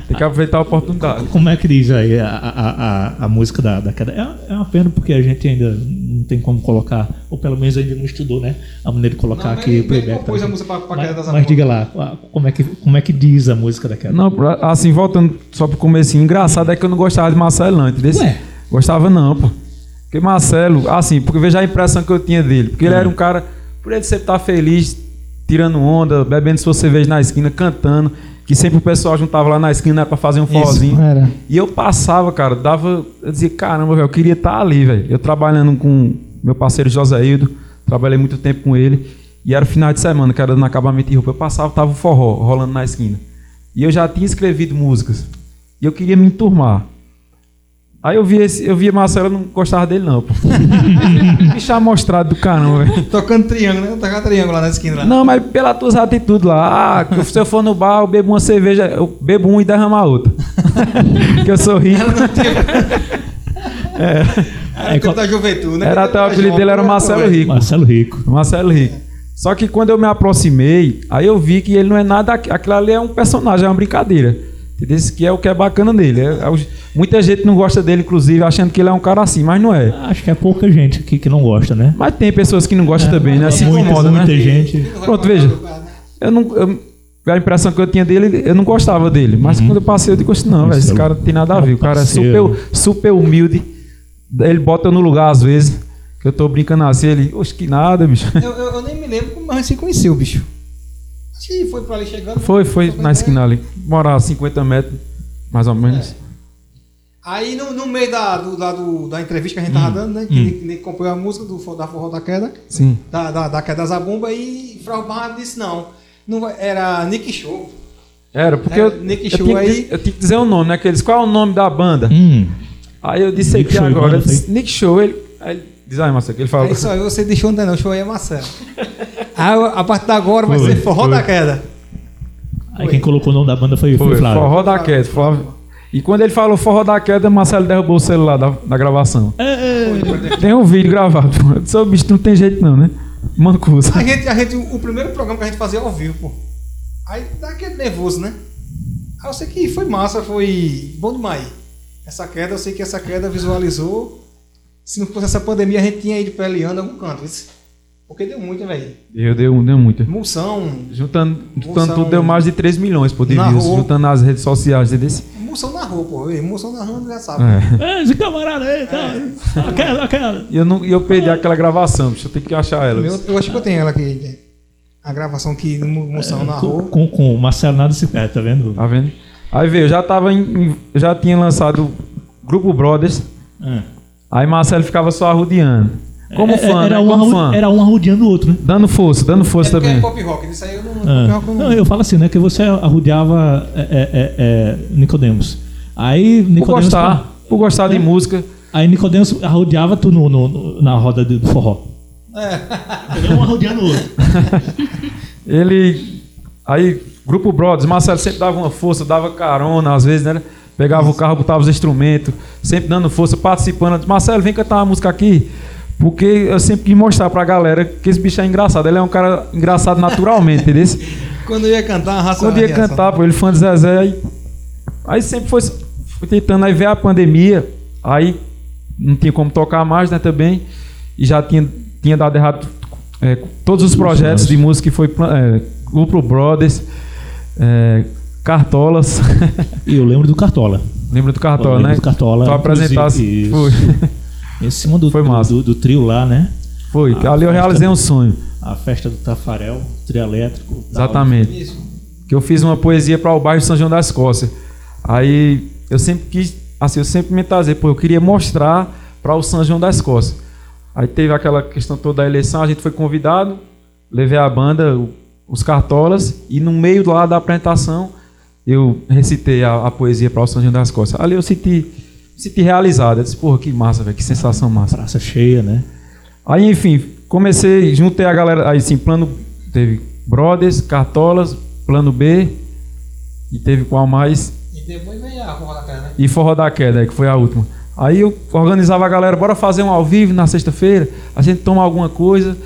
Speaker 3: Tem que aproveitar a oportunidade.
Speaker 1: Como é que diz aí a, a, a, a música da, da queda? É, é uma pena porque a gente ainda não tem como colocar, ou pelo menos ainda não estudou, né? A maneira de colocar
Speaker 4: Não, mas
Speaker 1: aqui
Speaker 4: ele-
Speaker 1: o
Speaker 4: ele
Speaker 1: playback.
Speaker 4: compôs
Speaker 1: tá?
Speaker 4: a música pra- pra queda
Speaker 1: mas,
Speaker 4: dessa
Speaker 1: mas
Speaker 4: forma.
Speaker 1: diga lá, a- como é, que, como é que diz a música da queda?
Speaker 3: Não, pra- assim, voltando só pro comecinho, engraçado é que eu não gostava de Marcelo, não, entendeu?
Speaker 1: Ué.
Speaker 3: Gostava não, pô. Porque Marcelo, assim, porque veja a impressão que eu tinha dele.
Speaker 1: É.
Speaker 3: Porque ele era um cara, por ele sempre estar feliz, tirando onda, bebendo sua cerveja na esquina, cantando, que sempre o pessoal juntava lá na esquina né, pra fazer um forrozinho.
Speaker 1: era.
Speaker 3: E eu passava, cara, dava. Eu dizia, caramba, velho, eu queria estar ali, velho. Eu trabalhando com meu parceiro Josaildo, trabalhei muito tempo com ele. E era final de semana, cara, no acabamento de roupa. Eu passava, tava o forró rolando na esquina. E eu já tinha escrevido músicas. E eu queria me enturmar. Aí eu via, esse, eu via Marcelo, eu não gostava dele, não, pô. Bicho amostrado do caramba, velho.
Speaker 4: Tocando triângulo, né? Tocando triângulo lá na esquina. Lá.
Speaker 3: Não, mas pelas tuas atitudes lá. Ah, que se eu for no bar, eu bebo uma cerveja, eu bebo um e derramo a outra. que eu sou rico.
Speaker 4: Ela não tinha. Era
Speaker 1: É,
Speaker 4: o tempo
Speaker 1: qual-
Speaker 4: da juventude, né?
Speaker 3: Era
Speaker 4: Quando
Speaker 3: até o apelido
Speaker 4: jovem,
Speaker 3: dele era Marcelo
Speaker 4: jovem.
Speaker 3: Rico.
Speaker 1: Marcelo Rico.
Speaker 3: Marcelo é Rico. Só que quando eu me aproximei, aí eu vi que ele não é nada. aqu- Aquilo ali é um personagem, é uma brincadeira. Desse que é o que é bacana nele. É- é o- muita gente não gosta dele, inclusive, achando que ele é um cara assim, mas não é.
Speaker 1: Acho que é pouca gente aqui que não gosta, né?
Speaker 3: Mas tem pessoas que não gostam também, né? Se
Speaker 1: Muita,
Speaker 3: incomodam, né?
Speaker 1: muita gente.
Speaker 3: Pronto, veja.
Speaker 4: né?
Speaker 3: Eu não. eu- a impressão que eu tinha dele, eu não gostava dele. Mas quando eu passei, eu digo assim, não, velho, esse
Speaker 1: Marcelo.
Speaker 3: cara não tem nada a ver. O cara é
Speaker 1: Uhum. Parceiro.
Speaker 3: super, super humilde. Ele bota eu no lugar às vezes. Que eu tô brincando assim, ele, oxe, que nada, bicho.
Speaker 4: Eu, eu, eu nem me lembro como a gente se conheceu, bicho. Acho que foi pra ali chegando.
Speaker 3: Foi, foi
Speaker 4: Trocando
Speaker 3: na
Speaker 4: ideia.
Speaker 3: esquina ali. Morar 50 metros, mais ou menos.
Speaker 1: É.
Speaker 4: Aí no, no meio da, do, da, do- da entrevista que a gente
Speaker 1: Hum,
Speaker 4: tava dando, né? Que ele, ele acompanhou a música do, fo- da Forró da Queda,
Speaker 3: Sim.
Speaker 4: da, da, da Queda Zabumba, e Frau Barra disse não. não vai- era Nick Show.
Speaker 3: Era, porque
Speaker 4: É,
Speaker 3: eu,
Speaker 4: Nick
Speaker 3: eu,
Speaker 4: Show
Speaker 3: tinha que,
Speaker 4: aí.
Speaker 3: eu tinha que dizer o nome, né? Que eles, qual é o nome da banda?
Speaker 1: Hum,
Speaker 3: Aí eu disse
Speaker 1: Nick
Speaker 3: aqui
Speaker 1: Show, né?
Speaker 3: agora,
Speaker 1: mano,
Speaker 3: eu disse, Nick Show, ele. Aí ele diz, "Ah, ai, Marcelo, que ele falou.
Speaker 4: Aí só eu, você deixou não, não, show aí é Marcelo. Aí a partir de agora vai
Speaker 1: Foi,
Speaker 4: ser Forró
Speaker 1: foi.
Speaker 4: da Queda.
Speaker 1: aí quem colocou o nome da banda foi, foi,
Speaker 3: Foi,
Speaker 1: Flávio.
Speaker 3: forró da queda. Flávio. E quando ele falou forró da queda, Marcelo derrubou o celular da, da gravação. Tem um vídeo gravado. Eu disse, ô bicho, não tem jeito não, né? Mancuso.
Speaker 4: A gente, a gente, o primeiro programa que a gente fazia ao vivo, pô. Aí dá aquele nervoso, né? Aí eu sei que foi massa, foi bom demais. Essa queda, eu sei que essa queda visualizou. Se não fosse essa pandemia, a gente tinha ido pra Eliana em algum canto. Isso. Porque deu muito, velho.
Speaker 3: Eu dei um, deu muito.
Speaker 4: Mulsão.
Speaker 3: Juntando, juntando
Speaker 4: Moção-
Speaker 3: tudo, deu mais de 3 milhões por
Speaker 4: Na
Speaker 3: views.
Speaker 4: rua.
Speaker 3: Juntando nas redes sociais desse.
Speaker 4: Mulsão na rua, pô. Ei, Mulsão na rua, já sabe.
Speaker 3: É.
Speaker 1: É, Esse camarada aí, tá.
Speaker 4: É.
Speaker 1: Aquela, aquela.
Speaker 3: E eu, não, e eu perdi aquela gravação, bicho. Eu tenho que achar ela.
Speaker 4: Meu, eu acho que eu tenho ela aqui. né? A gravação que Mu- Mulsão na
Speaker 1: Com,
Speaker 4: rua.
Speaker 1: com, com o Marcelo nada se perde, tá vendo?
Speaker 3: Tá vendo? Aí veio, eu já tava em, em- eu já tinha lançado Grupo Brothers.
Speaker 1: Ah.
Speaker 3: Aí Marcelo ficava só arrudeando. Como
Speaker 1: É,
Speaker 3: fã,
Speaker 1: era
Speaker 3: né?
Speaker 1: um,
Speaker 3: Como
Speaker 1: arru-
Speaker 3: fã.
Speaker 1: era um arrudeando o outro, né?
Speaker 3: Dando força, dando força
Speaker 4: É porque é
Speaker 3: também.
Speaker 4: pop rock. Isso aí eu não.
Speaker 3: é
Speaker 1: Ah.
Speaker 4: Pop rock eu
Speaker 1: Não,
Speaker 4: não.
Speaker 1: eu falo assim, né? Que você arrudeava é, é, é, é, Nicodemus. Aí
Speaker 3: Por
Speaker 1: Nicodemus.
Speaker 3: gostar, por gostar de música.
Speaker 1: Aí Nicodemus arrudeava tu no, no- no- na roda de- do forró. É. Um arrudeando o outro.
Speaker 3: Ele. Aí, Grupo Brothers, Marcelo sempre dava uma força, dava carona, às vezes, né? Pegava o carro, botava os instrumentos, sempre dando força, participando. Eu disse, Marcelo, vem cantar uma música aqui. Porque eu sempre quis mostrar pra galera que esse bicho é engraçado. Ele é um cara engraçado naturalmente, entendeu?
Speaker 4: Quando eu ia cantar, a raça
Speaker 3: Quando ia
Speaker 4: reação.
Speaker 3: cantar, pô, ele fã de Zezé. Aí, aí sempre foi, foi tentando, aí veio a pandemia, aí não tinha como tocar mais, né, também. E já tinha, tinha dado errado é, todos os projetos de música que foi plan- é, Grupo Brothers, é, Cartolas.
Speaker 1: E eu lembro do Cartola.
Speaker 3: Lembra do
Speaker 1: Eu
Speaker 3: Cartola,
Speaker 1: lembro
Speaker 3: né?
Speaker 1: do Cartola.
Speaker 3: Tu apresentasse.
Speaker 1: inclusive,
Speaker 3: Foi,
Speaker 1: isso. Em cima do,
Speaker 3: Foi
Speaker 1: do-
Speaker 3: massa.
Speaker 1: do- do trio lá, né?
Speaker 3: foi.
Speaker 1: Ah,
Speaker 3: ali eu
Speaker 1: festa
Speaker 3: realizei
Speaker 1: do-
Speaker 3: um sonho.
Speaker 1: A festa do Tafarel, trio elétrico. tal.
Speaker 3: Exatamente.
Speaker 4: Isso.
Speaker 3: que eu fiz uma poesia para o bairro São João da Escócia. Aí eu sempre quis, assim, eu sempre me trazer, pô, eu queria mostrar para o São João da Escócia. Aí teve aquela questão toda da eleição, a gente foi convidado, levei a banda, o- os cartolas, e no meio lá da apresentação eu recitei a, a poesia para o São João da Escócia. Ali eu senti, senti realizado, eu disse, porra, que massa, velho, que sensação massa.
Speaker 1: Praça cheia, né?
Speaker 3: Aí, enfim, comecei, juntei a galera, aí sim, plano teve Brothers, Cartolas, plano B, e teve qual mais?
Speaker 4: E depois vem a forma da cara, né?
Speaker 3: E Forró da Queda, que foi a última. Aí eu organizava a galera, bora fazer um ao vivo na sexta-feira, a gente toma alguma coisa,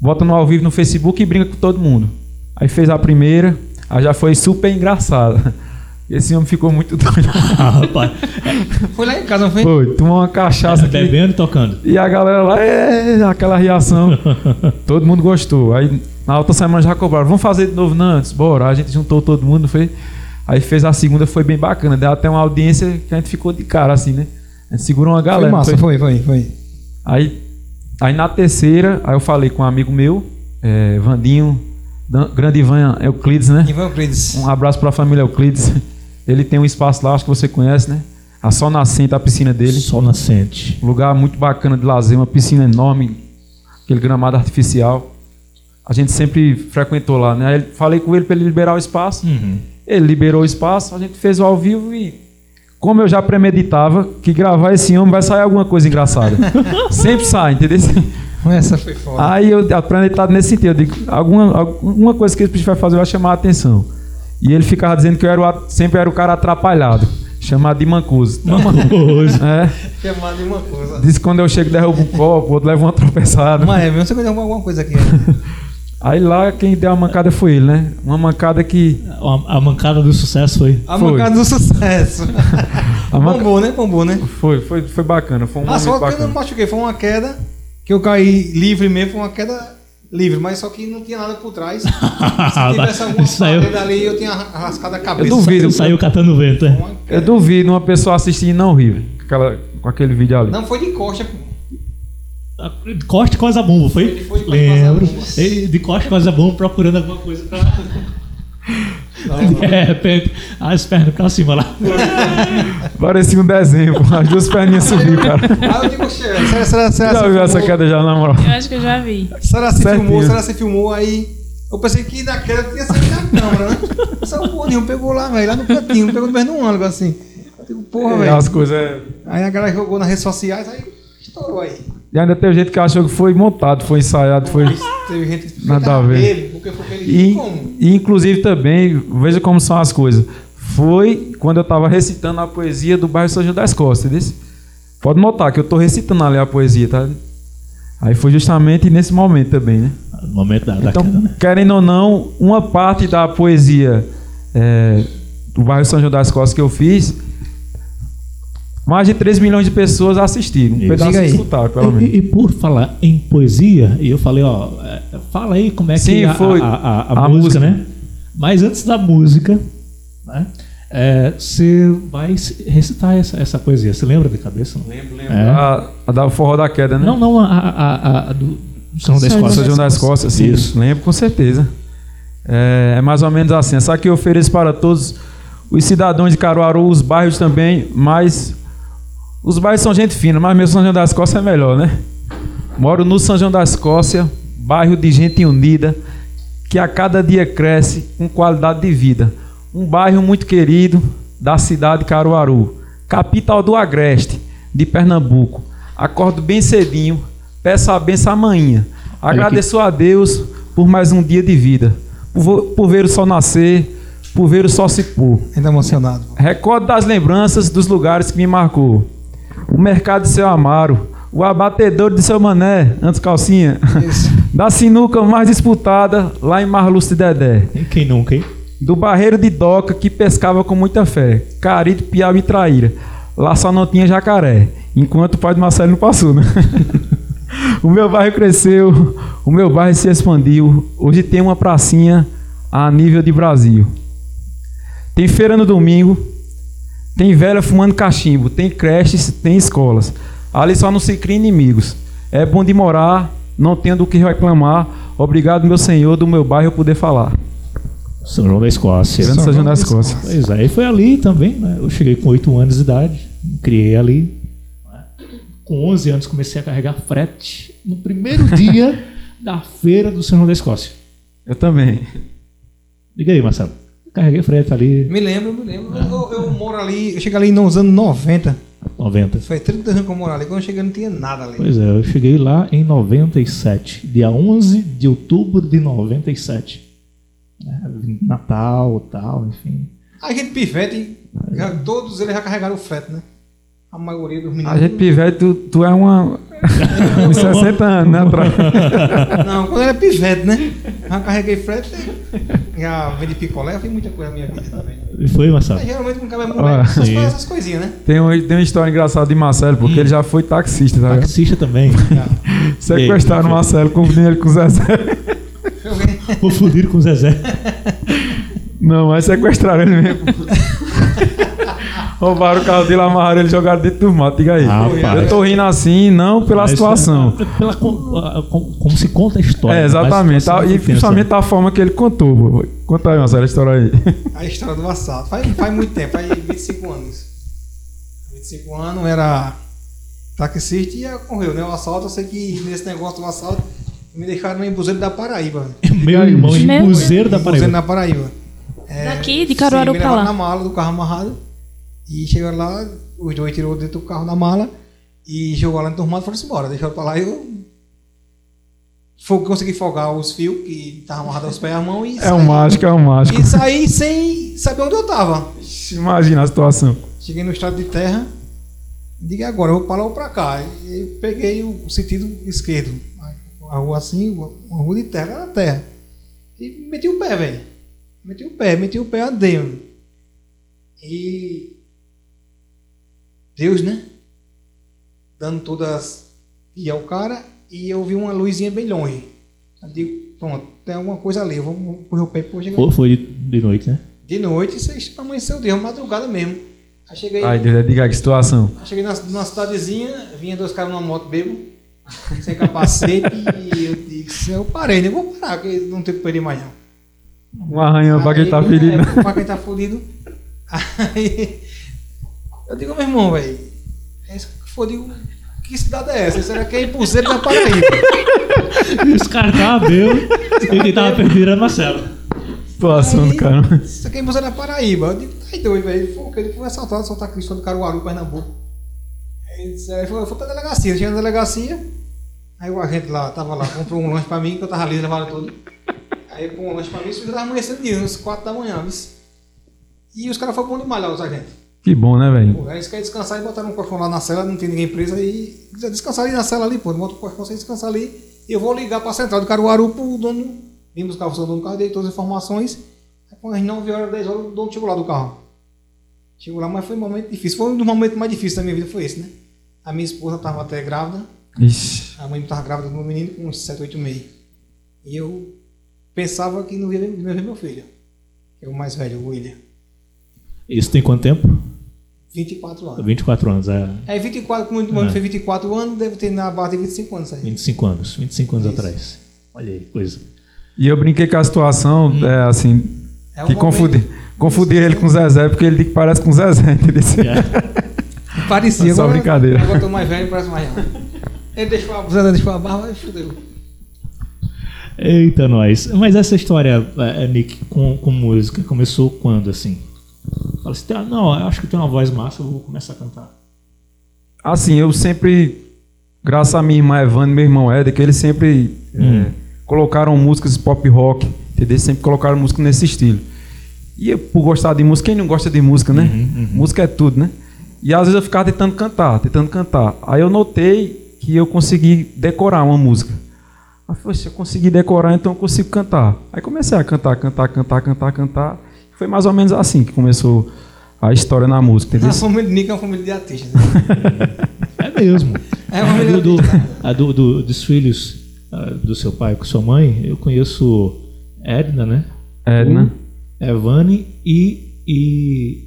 Speaker 3: bota no ao vivo no Facebook e brinca com todo mundo. Aí fez a primeira, aí já foi super engraçada. Esse homem ficou muito doido.
Speaker 1: Ah, rapaz. tá
Speaker 4: Foi lá em casa, não foi?
Speaker 3: Foi, tomou uma cachaça que
Speaker 1: Bebendo e tocando.
Speaker 3: e a galera lá, é, aquela reação. todo mundo gostou. Aí na outra semana já cobraram, vamos fazer de novo, não, antes, bora. Aí A gente juntou todo mundo, foi. Aí fez a segunda, foi bem bacana. Deu até uma audiência que a gente ficou de cara, assim, né? A gente segurou uma galera.
Speaker 4: Foi
Speaker 3: não
Speaker 4: massa,
Speaker 3: foi?
Speaker 4: foi, foi, foi.
Speaker 3: Aí, aí na terceira, aí eu falei com um amigo meu, é, Vandinho, Dan- grande Ivan Euclides, né?
Speaker 4: Ivan Euclides.
Speaker 3: Um abraço pra família Euclides. Ele tem um espaço lá, acho que você conhece, né? A Sol Nascente, a piscina dele.
Speaker 1: Sol nascente.
Speaker 3: Um lugar muito bacana de lazer, uma piscina enorme, aquele gramado artificial. A gente sempre frequentou lá, né? Aí eu falei com ele para ele liberar o espaço. Ele liberou o espaço, a gente fez o ao vivo e como eu já premeditava que gravar esse homem vai sair alguma coisa engraçada. sempre sai, entendeu?
Speaker 4: Essa foi foda.
Speaker 3: Aí eu a planetado nesse sentido, eu digo, alguma, alguma coisa que esse bicho vai fazer vai chamar a atenção. E ele ficava dizendo que eu era o a- sempre era o cara atrapalhado, chamado de mancuso.
Speaker 1: Hoje.
Speaker 3: É.
Speaker 4: Que é mais de uma coisa.
Speaker 3: Disse que quando eu chego derrubo um copo, outro leva uma tropeçada.
Speaker 4: Mas é, mesmo você vai derrubar alguma coisa aqui.
Speaker 3: Aí lá quem deu a mancada foi ele, né? Uma mancada que.
Speaker 1: A, a mancada do sucesso foi.
Speaker 4: A
Speaker 3: Foi.
Speaker 4: mancada do sucesso.
Speaker 3: A manca-
Speaker 4: Bombou, né? Bombou, né?
Speaker 3: Foi, foi, foi bacana, foi um
Speaker 4: Ah, só
Speaker 3: momento
Speaker 4: que eu não
Speaker 3: bacana.
Speaker 4: machuquei. Foi uma queda que eu caí livre mesmo. Foi uma queda livre, mas só que não tinha nada por trás. Se
Speaker 3: Ah,
Speaker 4: tivesse
Speaker 3: tá.
Speaker 4: alguma
Speaker 1: Saiu-
Speaker 4: parede ali, eu tinha rascado a cabeça.
Speaker 3: Eu duvido.
Speaker 1: Saiu catando vento, é.
Speaker 4: Uma queda.
Speaker 3: Eu duvido uma pessoa assistindo e não rir com aquela- com aquele vídeo ali.
Speaker 4: Não foi de coxa, pô.
Speaker 1: Costa quase a bomba, foi?
Speaker 4: Foi de costa,
Speaker 1: Lembro.
Speaker 4: quase a bomba.
Speaker 1: Ele de costa quase a bomba procurando alguma coisa pra. De repente, Ah, as pernas pra cima lá.
Speaker 3: Parecia um desenho, pô. as duas perninhas subiram, cara.
Speaker 4: Ah, eu digo, "Xê, será, será, será,
Speaker 3: Já
Speaker 4: se
Speaker 3: viu essa
Speaker 4: filmou?
Speaker 3: queda já, na moral?
Speaker 2: Eu acho que eu já vi.
Speaker 4: Será se
Speaker 3: Certeza.
Speaker 4: filmou? Será se filmou? Aí eu pensei que na queda tinha saído da câmera, né? Só porra nenhum pegou lá, velho, lá no cantinho, um pegou no mesmo no ângulo assim. Eu digo, porra, velho.
Speaker 3: As coisas. é-
Speaker 4: Aí a galera jogou nas redes sociais, aí estourou aí.
Speaker 3: E ainda tem gente que achou que foi montado, foi ensaiado, foi.
Speaker 4: Teve gente que
Speaker 3: Nada
Speaker 4: tava
Speaker 3: a ver.
Speaker 4: Dele, porque foi feliz.
Speaker 3: E,
Speaker 4: Como?
Speaker 3: e, inclusive também, veja como são as coisas. Foi quando eu estava recitando a poesia do bairro São Gil das Costas. desse. Pode notar que eu estou recitando ali a poesia, tá? Aí foi justamente nesse momento também, né?
Speaker 1: No momento da, da
Speaker 3: Então,
Speaker 1: queda, né?
Speaker 3: querendo ou não, uma parte da poesia é, do bairro São Gil das Costas que eu fiz, mais de 3 milhões de pessoas assistiram. Um
Speaker 1: Isso.
Speaker 3: pedaço
Speaker 4: Diga aí.
Speaker 3: escutaram, pelo menos.
Speaker 1: E, e por falar em poesia, e eu falei, ó, é, fala aí como é
Speaker 3: Sim,
Speaker 1: que a,
Speaker 3: foi.
Speaker 1: a, a- a
Speaker 3: A
Speaker 1: música,
Speaker 3: música.
Speaker 1: né? Mas antes da música, né? é, Você vai se- recitar essa, essa poesia. Você lembra de cabeça? Não É. lembro, lembro.
Speaker 3: A, a da Forró da Queda, né?
Speaker 1: Não, não, a, a, a- a do do São João da
Speaker 2: São
Speaker 1: Escola.
Speaker 3: São João das Costas, sim.
Speaker 1: Isso.
Speaker 3: Lembro com certeza. É, é mais ou menos assim. Essa aqui eu ofereço para todos os cidadãos de Caruaru, os bairros também, mas os bairros são gente fina, mas meu São João das Costas é melhor, né? Moro no São João das Costas, bairro de gente unida, que a cada dia cresce com qualidade de vida. Um bairro muito querido da cidade de Caruaru, capital do Agreste, de Pernambuco. Acordo bem cedinho, peço a benção amanhã. Agradeço a Deus por mais um dia de vida, por, vo- por ver o sol nascer, por ver o sol se pôr.
Speaker 4: Ainda emocionado. pô.
Speaker 3: Recordo das lembranças dos lugares que me marcou. O mercado de seu Amaro, o abatedor de seu Mané, antes calcinha.
Speaker 4: Isso.
Speaker 3: da sinuca mais disputada, lá em Marluce de Dedé.
Speaker 1: Quem nunca, hein?
Speaker 3: Do barreiro de doca que pescava com muita fé. Carito, piaba e traíra. Lá só não tinha jacaré. Enquanto o pai do Marcelo não passou, né? o meu bairro cresceu, o meu bairro se expandiu. Hoje tem uma pracinha a nível de Brasil. Tem feira no domingo, tem velha fumando cachimbo, tem creches, tem escolas. Ali só não se cria inimigos. É bom de morar, não tendo o que reclamar. Obrigado, meu senhor, do meu bairro eu poder falar.
Speaker 1: São João da Escócia.
Speaker 3: Grande São João das
Speaker 4: João das
Speaker 3: Costas.
Speaker 1: Pois é, e foi ali também, né? Eu cheguei com 8 anos de idade, me criei ali. Com 11 anos comecei a carregar frete no primeiro dia da feira do São João da Escócia.
Speaker 3: Eu também.
Speaker 1: Diga aí, Marcelo. Carreguei frete ali.
Speaker 4: Me lembro, me lembro. Eu, eu moro ali, eu cheguei ali nos anos 90.
Speaker 1: 90.
Speaker 4: Foi 32 anos que eu morava ali. Quando eu cheguei não tinha nada ali.
Speaker 1: Pois é, eu cheguei lá em 97, dia 11 de outubro de 97. É, Natal, tal, enfim.
Speaker 4: A gente pivete,
Speaker 3: É.
Speaker 4: já- todos eles já carregaram o frete, né? A maioria dos meninos.
Speaker 3: A gente pivete, tu, tu é uma. uns 60 anos, né? Atrás.
Speaker 4: Não, quando era pivete, né? Já carreguei frete, já vendi picolé, eu fiz muita coisa na minha vida também.
Speaker 1: E foi, Marcelo?
Speaker 4: Mas, geralmente com cabelo
Speaker 3: Ah,
Speaker 4: moleque, essas,
Speaker 1: sim.
Speaker 4: coisas- essas coisinhas, né?
Speaker 3: Tem, um- tem uma história engraçada de Marcelo, porque ele já foi taxista, tá ligado?
Speaker 1: Taxista também.
Speaker 3: Sequestraram o Marcelo, confundindo ele com o Zezé.
Speaker 4: Eu-
Speaker 1: Confundiram com o Zezé.
Speaker 3: Não, mas sequestraram ele mesmo. Roubaram o carro dele, amarraram ele, jogaram dentro do mato, diga aí.
Speaker 1: Rapaz.
Speaker 3: eu tô rindo assim, não pela
Speaker 1: Mas,
Speaker 3: situação.
Speaker 1: é, Pela, com- a- com- como se conta a história.
Speaker 3: É,
Speaker 1: mas a
Speaker 3: exatamente.
Speaker 1: situação
Speaker 3: tá?
Speaker 1: é
Speaker 3: e
Speaker 1: tensa.
Speaker 3: principalmente da forma que ele contou. pô. Conta aí, Marcelo, a história aí.
Speaker 4: A história do assalto. Faz, faz muito tempo, faz 25 anos. 25 anos era taxista e ocorreu, né? O assalto, eu sei que nesse negócio do assalto me deixaram em Buzeiro da Paraíba. né?
Speaker 1: É Meu irmão, em
Speaker 2: Meu-
Speaker 1: Buzeiro da
Speaker 4: Em
Speaker 1: Paraíba.
Speaker 4: Buzeiro na Paraíba. É,
Speaker 2: Daqui, de Caruaru
Speaker 4: sim, me
Speaker 2: pra lá.
Speaker 4: levaram na mala do carro amarrado. E chegaram lá, os dois tirou dentro do carro na mala e jogou lá no turmado e foram embora. Deixaram pra lá e eu. fo- Consegui folgar os fios que estavam amarrados aos pés e à mão e
Speaker 3: É um mágico, é um mágico.
Speaker 4: E saí sem saber onde eu tava.
Speaker 3: Imagina a situação.
Speaker 4: Cheguei no estado de terra, digo "E agora, eu vou pra lá ou pra cá. E eu peguei o sentido esquerdo. A rua assim, uma rua de terra, era terra. E meti o pé, velho. Meti o pé, meti o pé, andei. mano. E. Deus, né? Dando todas. E ao cara, e eu vi uma luzinha bem longe. Eu digo, pronto, tem alguma coisa ali, eu vou pôr o pé e vou chegar.
Speaker 1: Pô, foi de, de noite, né?
Speaker 4: De noite, isso amanheceu o dia, é madrugada mesmo. Aí cheguei,
Speaker 3: Ai, Deus, diga aí que situação.
Speaker 4: cheguei na, numa cidadezinha, vinha dois caras numa moto bêbado, sem capacete, e eu disse, eu parei, né? Vou parar, porque não tem que perder mais não.
Speaker 3: Um arranhão pra quem
Speaker 4: Aí,
Speaker 3: tá ferido.
Speaker 4: É, pra quem tá ferido. Aí eu digo, meu irmão, velho, esse que for, digo, que cidade é essa? Será que é em Buzeiro da Paraíba?
Speaker 1: Os caras estavam e quem tava perdido era Marcelo.
Speaker 3: Situação do
Speaker 4: Aí,
Speaker 3: cara.
Speaker 4: Isso aqui é Museu da Paraíba. Eu digo, tá aí doido, velho. Ele falou que ele foi assaltado, só tá cristão do Caruaru, Pernambuco. Aí ele disse, aí ele falou, eu fui pra delegacia. Eu cheguei na delegacia, aí o agente lá, tava lá, comprou um lanche pra mim, que eu tava ali, levaram tudo. Aí comprou um lanche pra mim, isso já tava amanhecendo de uns 4 da manhã, viu? E os caras foram bons demais lá, os agentes.
Speaker 3: Que bom, né, velho?
Speaker 4: Pô, aí eles querem descansar e botaram um colchão lá na cela, não tem ninguém preso, aí quiser descansar ali na cela ali, pô, bota o colchão, você descansa ali, e eu vou ligar pra central do Caruaru pro dono, vim buscar o seu dono do carro, dei todas as informações, aí quando às 9 horas, 10 horas, o dono chegou lá do carro. Chegou lá, mas foi um momento difícil, foi um dos momentos mais difíceis da minha vida, foi esse, né? A minha esposa tava até grávida,
Speaker 3: Ixi.
Speaker 4: a mãe estava grávida do meu menino com uns 7, 8 meses. E eu pensava que não ia ver não ia ver meu filho, que é o mais velho, o William,
Speaker 1: Isso tem quanto tempo?
Speaker 4: 24 anos.
Speaker 1: 24 anos, é.
Speaker 4: É 24, quando o ano
Speaker 1: É.
Speaker 4: foi 24 anos, deve ter na base de 25 anos aí.
Speaker 1: 25 anos. 25 anos
Speaker 4: Isso.
Speaker 1: atrás. Olha aí, coisa.
Speaker 3: E eu brinquei com a situação, é, assim,
Speaker 4: É um
Speaker 3: que
Speaker 4: momento-
Speaker 3: confundi, confundi ele com o Zezé, porque ele diz que parece com o Zezé, entendeu?
Speaker 1: É.
Speaker 4: Parecia,
Speaker 3: Só
Speaker 4: agora,
Speaker 3: brincadeira.
Speaker 4: Agora eu tô mais velho, parece mais velho. Ele deixou a blusa, deixou a barba e fudeu.
Speaker 1: Eita, nós. Mas essa história, eh, Nick, com, com música, começou quando, assim? Fala assim, "Ah, não, eu acho que tem uma voz massa, eu vou começar a cantar.
Speaker 3: Assim, eu sempre, graças a minha irmã Evan e meu irmão Éder, que eles sempre é, colocaram músicas pop rock, entendeu? Sempre colocaram música nesse estilo. E eu, por gostar de música, quem não gosta de música, né? Música é tudo, né? E às vezes eu ficava tentando cantar, tentando cantar. Aí eu notei que eu consegui decorar uma música. Aí eu falei, se eu conseguir decorar, então eu consigo cantar. Aí comecei a cantar, cantar, cantar, cantar, cantar. Foi mais ou menos assim que começou a história na música, entendeu?
Speaker 4: A família do Nick é uma família de artistas. Né?
Speaker 1: É mesmo.
Speaker 4: É uma
Speaker 1: a
Speaker 4: família
Speaker 1: do, do,
Speaker 4: de artistas.
Speaker 1: a do, do- dos filhos ah, do seu pai com sua mãe, eu conheço Edna, né?
Speaker 3: É, né?
Speaker 1: Evane e. e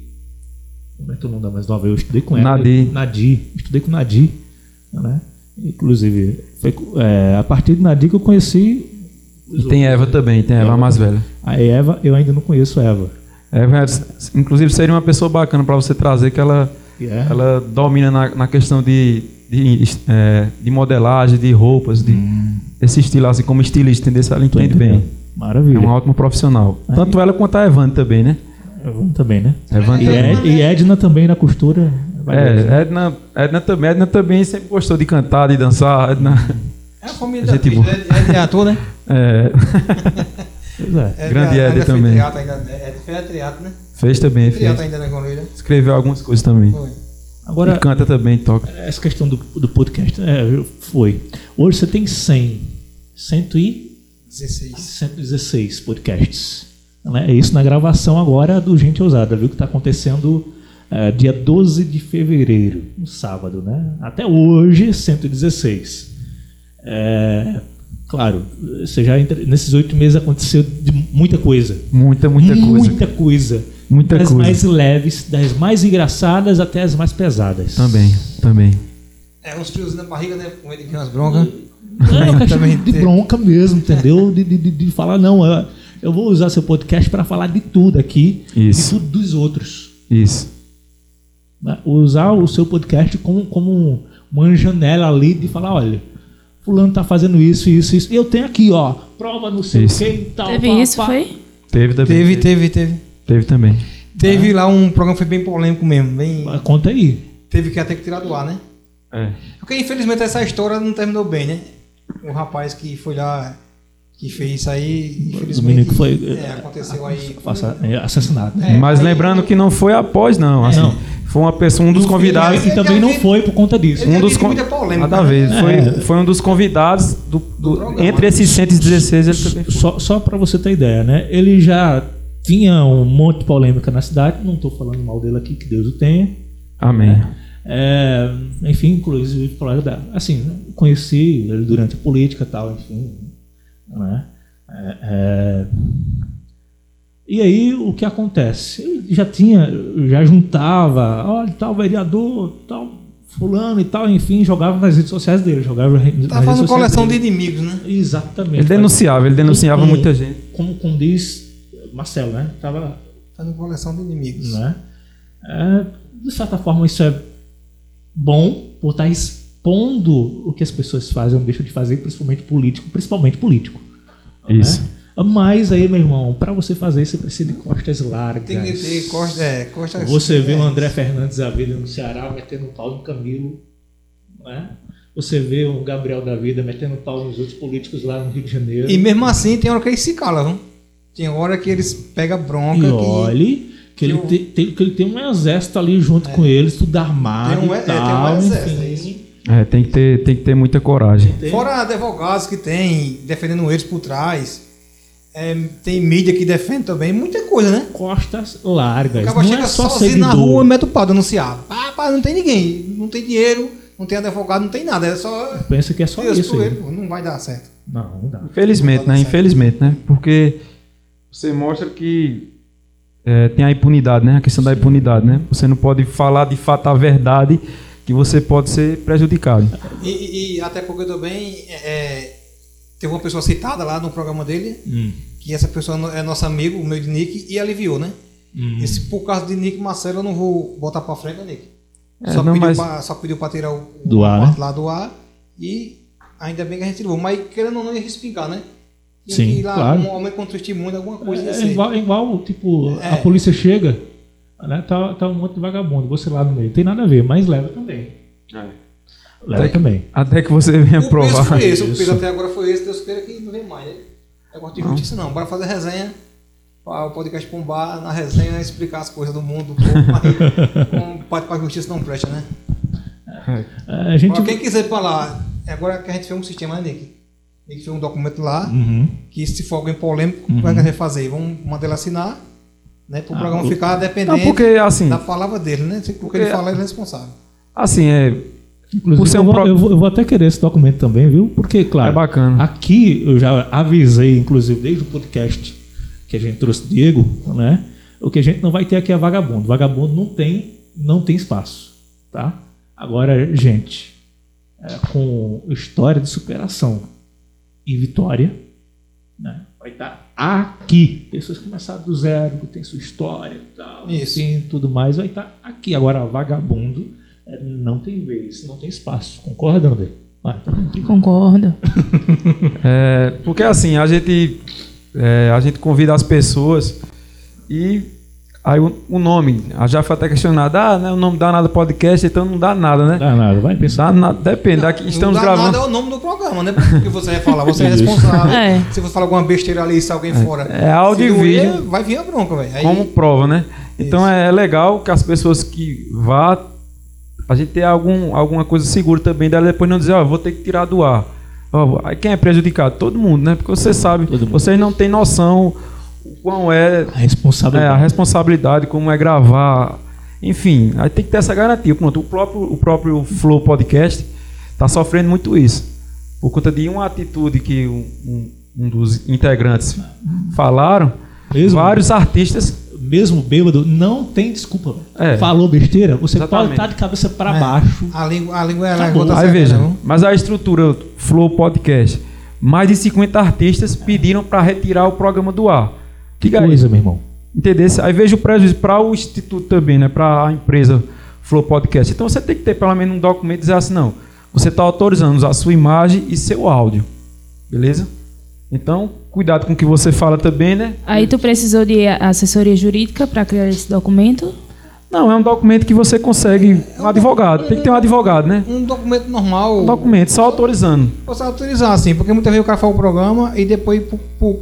Speaker 1: como é que é o nome da mais nova? Eu estudei com ela.
Speaker 3: Nadir.
Speaker 1: Nadir. Estudei com Nadir. Né? Inclusive, foi co- é, a partir de Nadir que eu conheci.
Speaker 3: E tem Eva também, tem Eva a mais velha.
Speaker 1: A Eva, eu ainda não conheço a Eva.
Speaker 3: Eva, é, inclusive, seria uma pessoa bacana para você trazer, que ela,
Speaker 1: E é-
Speaker 3: ela domina na, na questão de, de, é, de modelagem, de roupas, de, desse estilo, assim, como estilista, entendeu? Ela
Speaker 1: tô
Speaker 3: entende
Speaker 1: entendendo.
Speaker 3: bem. É
Speaker 1: Maravilha.
Speaker 3: uma ótima profissional. Tanto ela quanto a Evan também, né?
Speaker 1: Evane também, né?
Speaker 3: Evan
Speaker 1: E,
Speaker 3: também.
Speaker 1: Ed- e Edna também na costura. Vai ver.
Speaker 3: É, Edna, Edna também, Edna também sempre gostou de cantar, de dançar. Edna,
Speaker 4: É a família
Speaker 3: Gente
Speaker 4: da
Speaker 3: boa.
Speaker 4: é, é de ator, né?
Speaker 3: é,
Speaker 1: Pois é.
Speaker 4: É,
Speaker 3: Grande
Speaker 4: ainda
Speaker 3: Ed
Speaker 4: fez
Speaker 3: também.
Speaker 4: Triato ainda, é, fez triato, né?
Speaker 3: fez também, fez.
Speaker 4: Triato ainda na Conilha.
Speaker 3: Escreveu algumas coisas também.
Speaker 4: Foi.
Speaker 1: Agora,
Speaker 3: e canta também, toca.
Speaker 1: essa questão do, do podcast é, foi. Hoje você tem 100, 100 e
Speaker 4: 16.
Speaker 1: 116 podcasts. Né? Isso na gravação agora do Gente Ousada, viu? Que está acontecendo eh, dia 12 de fevereiro, no sábado, né? Até hoje, 116. É, claro, você já entra- nesses oito meses aconteceu de muita coisa.
Speaker 3: Muita, muita coisa.
Speaker 1: Muita coisa.
Speaker 3: Muita
Speaker 1: das
Speaker 3: coisa.
Speaker 1: mais leves, das mais engraçadas até as mais pesadas.
Speaker 3: Também, também.
Speaker 4: É, uns frios na barriga, né? Com ele que tem umas broncas.
Speaker 1: Não, é uma questão
Speaker 4: Também
Speaker 1: de
Speaker 4: tem.
Speaker 1: bronca mesmo, entendeu? De, de, de- de falar, não, eu, eu vou usar seu podcast para falar de tudo aqui,
Speaker 3: Isso.
Speaker 1: de tudo dos outros.
Speaker 3: Isso.
Speaker 1: né? Usar o seu podcast como, como uma janela ali de falar, olha, fulano tá fazendo isso, isso, isso. Eu tenho aqui, ó, prova não sei
Speaker 3: Isso.
Speaker 1: o que e tal.
Speaker 2: Teve
Speaker 1: pá,
Speaker 2: isso,
Speaker 1: pá.
Speaker 2: foi?
Speaker 3: Teve também.
Speaker 4: Teve, teve, teve.
Speaker 3: Teve também. É.
Speaker 4: Teve lá um programa que foi bem polêmico mesmo. Bem...
Speaker 1: Mas Conta aí.
Speaker 4: Teve que até que tirar do ar, né?
Speaker 3: É.
Speaker 4: Porque infelizmente essa história não terminou bem, né? O rapaz que foi lá, que fez isso aí,
Speaker 1: O menino
Speaker 4: infelizmente.
Speaker 1: que foi
Speaker 4: é, aconteceu aí.
Speaker 1: faça- é, assassinado, né?
Speaker 4: É,
Speaker 3: Mas
Speaker 4: aí-
Speaker 3: lembrando que não foi após, não. Assim,
Speaker 1: não.
Speaker 3: Foi uma pessoa, um dos convidados.
Speaker 1: E também não foi por conta disso.
Speaker 4: Ele
Speaker 3: Um dos
Speaker 4: né? teve muita
Speaker 3: con-
Speaker 4: polêmica,
Speaker 3: Nada a
Speaker 4: né?
Speaker 3: ver.
Speaker 1: É.
Speaker 3: Foi, foi um dos convidados do, do-
Speaker 4: programa.
Speaker 3: entre esses 116 ele também foi.
Speaker 1: Só, só para você ter ideia, né? Ele já tinha um monte de polêmica na cidade, não tô falando mal dele aqui, que Deus o tenha.
Speaker 3: Amém.
Speaker 1: É, enfim, inclusive, falar da- assim, conheci ele durante a política e tal, enfim. Né? É, é. E aí, o que acontece? Ele já tinha, já juntava, olha, tal vereador, tal fulano e tal, enfim, jogava nas redes sociais dele, jogava nas redes
Speaker 4: Tá fazendo
Speaker 1: sociais
Speaker 4: coleção de
Speaker 1: dele.
Speaker 4: inimigos, né?
Speaker 1: Exatamente.
Speaker 3: Ele denunciava, ele denunciava
Speaker 1: Como-
Speaker 3: muita gente.
Speaker 1: Como, como diz Marcelo, né? Tava,
Speaker 4: Tá Fazendo coleção de inimigos.
Speaker 1: né? É, de certa forma, isso é bom por estar expondo o que as pessoas fazem ou deixam de fazer, principalmente político, principalmente político. né?
Speaker 3: Isso.
Speaker 1: Mas aí, meu irmão, para você fazer isso, você precisa de costas largas.
Speaker 4: Tem que ter costa. É, costa
Speaker 1: Você vê o
Speaker 4: é,
Speaker 1: André Fernandes da vida no Ceará metendo pau no Camilo, né? Você vê o Gabriel da vida metendo pau nos outros políticos lá no Rio de Janeiro.
Speaker 4: E mesmo assim, tem hora que eles se calam. viu? Tem hora que eles pegam
Speaker 1: E
Speaker 4: bronca. que-
Speaker 1: olhe que ele,
Speaker 4: que o- É.
Speaker 1: tem, tem- que ele tem um exército ali junto com eles, tudo armado
Speaker 4: Tem um-
Speaker 1: e
Speaker 4: é, tem um
Speaker 1: tal,
Speaker 4: exército,
Speaker 1: enfim.
Speaker 4: é isso.
Speaker 3: É, tem que ter, tem que ter muita coragem.
Speaker 1: Tem-
Speaker 4: Fora advogados que tem defendendo eles por trás. É, tem mídia que defende também. Muita coisa, né?
Speaker 1: Costas largas.
Speaker 4: O
Speaker 1: Não
Speaker 4: cara chega
Speaker 1: é só
Speaker 4: sozinho na
Speaker 1: seguidor.
Speaker 4: rua, mete o pau, denunciar. Ah, pá, não tem ninguém. Não tem dinheiro, não tem advogado, não tem nada. É só
Speaker 1: Pensa que é só
Speaker 4: Deus
Speaker 1: isso.
Speaker 4: por
Speaker 1: aí.
Speaker 4: ele. pô, Não vai dar certo.
Speaker 1: Não, não dá.
Speaker 3: Infelizmente, né? Infelizmente, né? Porque você mostra que é, tem a impunidade, né? A questão da impunidade, né? Você não pode falar de fato a verdade que você pode ser prejudicado.
Speaker 4: E, e- e até porque também é, teve uma pessoa citada lá no programa dele,
Speaker 1: Hum,
Speaker 4: que essa pessoa no- é nosso amigo, o meu de Nick, e aliviou, né?
Speaker 1: hum.
Speaker 4: Esse, por causa de Nick Marcelo, eu não vou botar pra frente, né, Nick?
Speaker 3: É,
Speaker 4: só,
Speaker 3: não,
Speaker 4: pediu
Speaker 3: mas-
Speaker 4: pra, só pediu pra tirar o, o
Speaker 1: Do ar, né?
Speaker 4: parte lá do ar e ainda bem que a gente levou. Mas querendo ou não, ia respingar, né? Tinha
Speaker 1: Sim,
Speaker 4: que ir lá,
Speaker 1: claro.
Speaker 4: um homem contra o testemunho, alguma coisa ia
Speaker 1: É,
Speaker 4: ser.
Speaker 1: igual, é igual, tipo,
Speaker 4: assim, É.
Speaker 1: a polícia chega, né? Tá, tá um monte de vagabundo, você lá no meio. Não tem nada a ver, mas leva também. Leva
Speaker 3: Tem-
Speaker 1: também.
Speaker 3: Até que você venha
Speaker 4: O peso
Speaker 3: provar.
Speaker 4: foi esse, o
Speaker 1: Isso.
Speaker 4: peso até agora foi esse, Deus queira que não vem mais, né? Agora tem justiça não, bora fazer resenha, pra o podcast pombar, na resenha explicar as coisas do mundo, do povo, mas com parte pra justiça não presta, né?
Speaker 1: É, A gente.
Speaker 4: Pra quem quiser falar, é agora que a gente fez um sistema, né, Nick? Nick fez um documento lá,
Speaker 1: Uhum.
Speaker 4: que se for alguém polêmico, como
Speaker 3: Uhum.
Speaker 4: é que a gente vai fazer? Vamos mandar ele assinar, né, pro programa
Speaker 1: o-
Speaker 4: ficar
Speaker 3: Ah, Não,
Speaker 4: dependente
Speaker 3: porque assim,
Speaker 4: da palavra dele, né? Porque, porque ele
Speaker 3: Porque-
Speaker 4: fala, ele é responsável.
Speaker 3: assim é,
Speaker 1: Inclusive,
Speaker 3: Por ser um
Speaker 1: eu, vou,
Speaker 3: pro-
Speaker 1: eu vou- eu vou até querer esse documento também, viu? Porque, claro,
Speaker 3: É bacana.
Speaker 1: aqui eu já avisei, inclusive, desde o podcast que a gente trouxe o Diego, né? O que a gente não vai ter aqui é vagabundo. Vagabundo não tem, não tem espaço, tá? Agora, gente, é, com história de superação e vitória, né? Vai estar aqui. Pessoas que começaram do zero, que tem sua história e tal,
Speaker 4: Isso.
Speaker 1: enfim, tudo mais, vai estar aqui. Agora, vagabundo é, não tem vez, não tem espaço. Concorda, André? Ah, então não tem-
Speaker 2: Concordo.
Speaker 3: É, porque assim, a gente, é, a gente convida as pessoas e Aí o, o nome, já foi até questionado, ah, né, o nome dá nada podcast, então não dá nada, né?
Speaker 1: Dá nada, vai pensar.
Speaker 3: Dá nada, depende, aqui estamos
Speaker 4: não dá
Speaker 3: gravando.
Speaker 4: nada é o nome do programa, né? Porque você vai falar, você é
Speaker 1: Isso.
Speaker 4: responsável.
Speaker 2: É.
Speaker 4: Se você falar alguma besteira ali e se alguém fora.
Speaker 3: é áudio
Speaker 4: se
Speaker 3: e
Speaker 4: doer,
Speaker 3: vídeo.
Speaker 4: Vai vir a bronca, velho. Aí-
Speaker 3: como prova, né? Então
Speaker 4: Isso.
Speaker 3: é, é legal que as pessoas que vá a gente ter algum, alguma coisa segura também dela depois não dizer, ó, vou ter que tirar do ar. Ó, aí quem é prejudicado? Todo mundo, né? Porque você sabe,
Speaker 1: Todo mundo.
Speaker 3: vocês não têm noção o quão é,
Speaker 1: A
Speaker 3: é a
Speaker 1: responsabilidade.
Speaker 3: responsabilidade, como é gravar. Enfim, aí tem que ter essa garantia. Pronto, o próprio, o próprio Flow Podcast tá sofrendo muito isso. Por conta de uma atitude que um, um- um dos integrantes falaram,
Speaker 1: Mesmo?
Speaker 3: vários artistas
Speaker 1: Mesmo bêbado, não tem desculpa.
Speaker 3: É.
Speaker 1: Falou besteira, você pode
Speaker 3: Exatamente. É.
Speaker 1: estar de cabeça pra baixo.
Speaker 4: né, A língua, a língua ela
Speaker 1: Acabou.
Speaker 4: conta
Speaker 3: Tá Aí
Speaker 4: certo,
Speaker 3: veja,
Speaker 4: né?
Speaker 3: mas a estrutura Flow Podcast, mais de 50 artistas pediram para retirar o programa do ar.
Speaker 1: Que
Speaker 3: Diga aí,
Speaker 1: coisa, meu irmão.
Speaker 3: entendesse? Aí veja o prejuízo para o instituto também, né? Para a empresa Flow Podcast. Então você tem que ter pelo menos um documento e dizer assim, não, você está autorizando usar sua imagem e seu áudio, beleza? Então cuidado com o que você fala também, né?
Speaker 2: Aí tu precisou de assessoria jurídica para criar esse documento?
Speaker 3: Não, é um documento que você consegue um advogado. Tem que ter um advogado, né?
Speaker 4: Um documento normal.
Speaker 3: Um documento só autorizando.
Speaker 4: Você autorizar, assim, porque muitas vezes o cara faz o programa e depois, por, por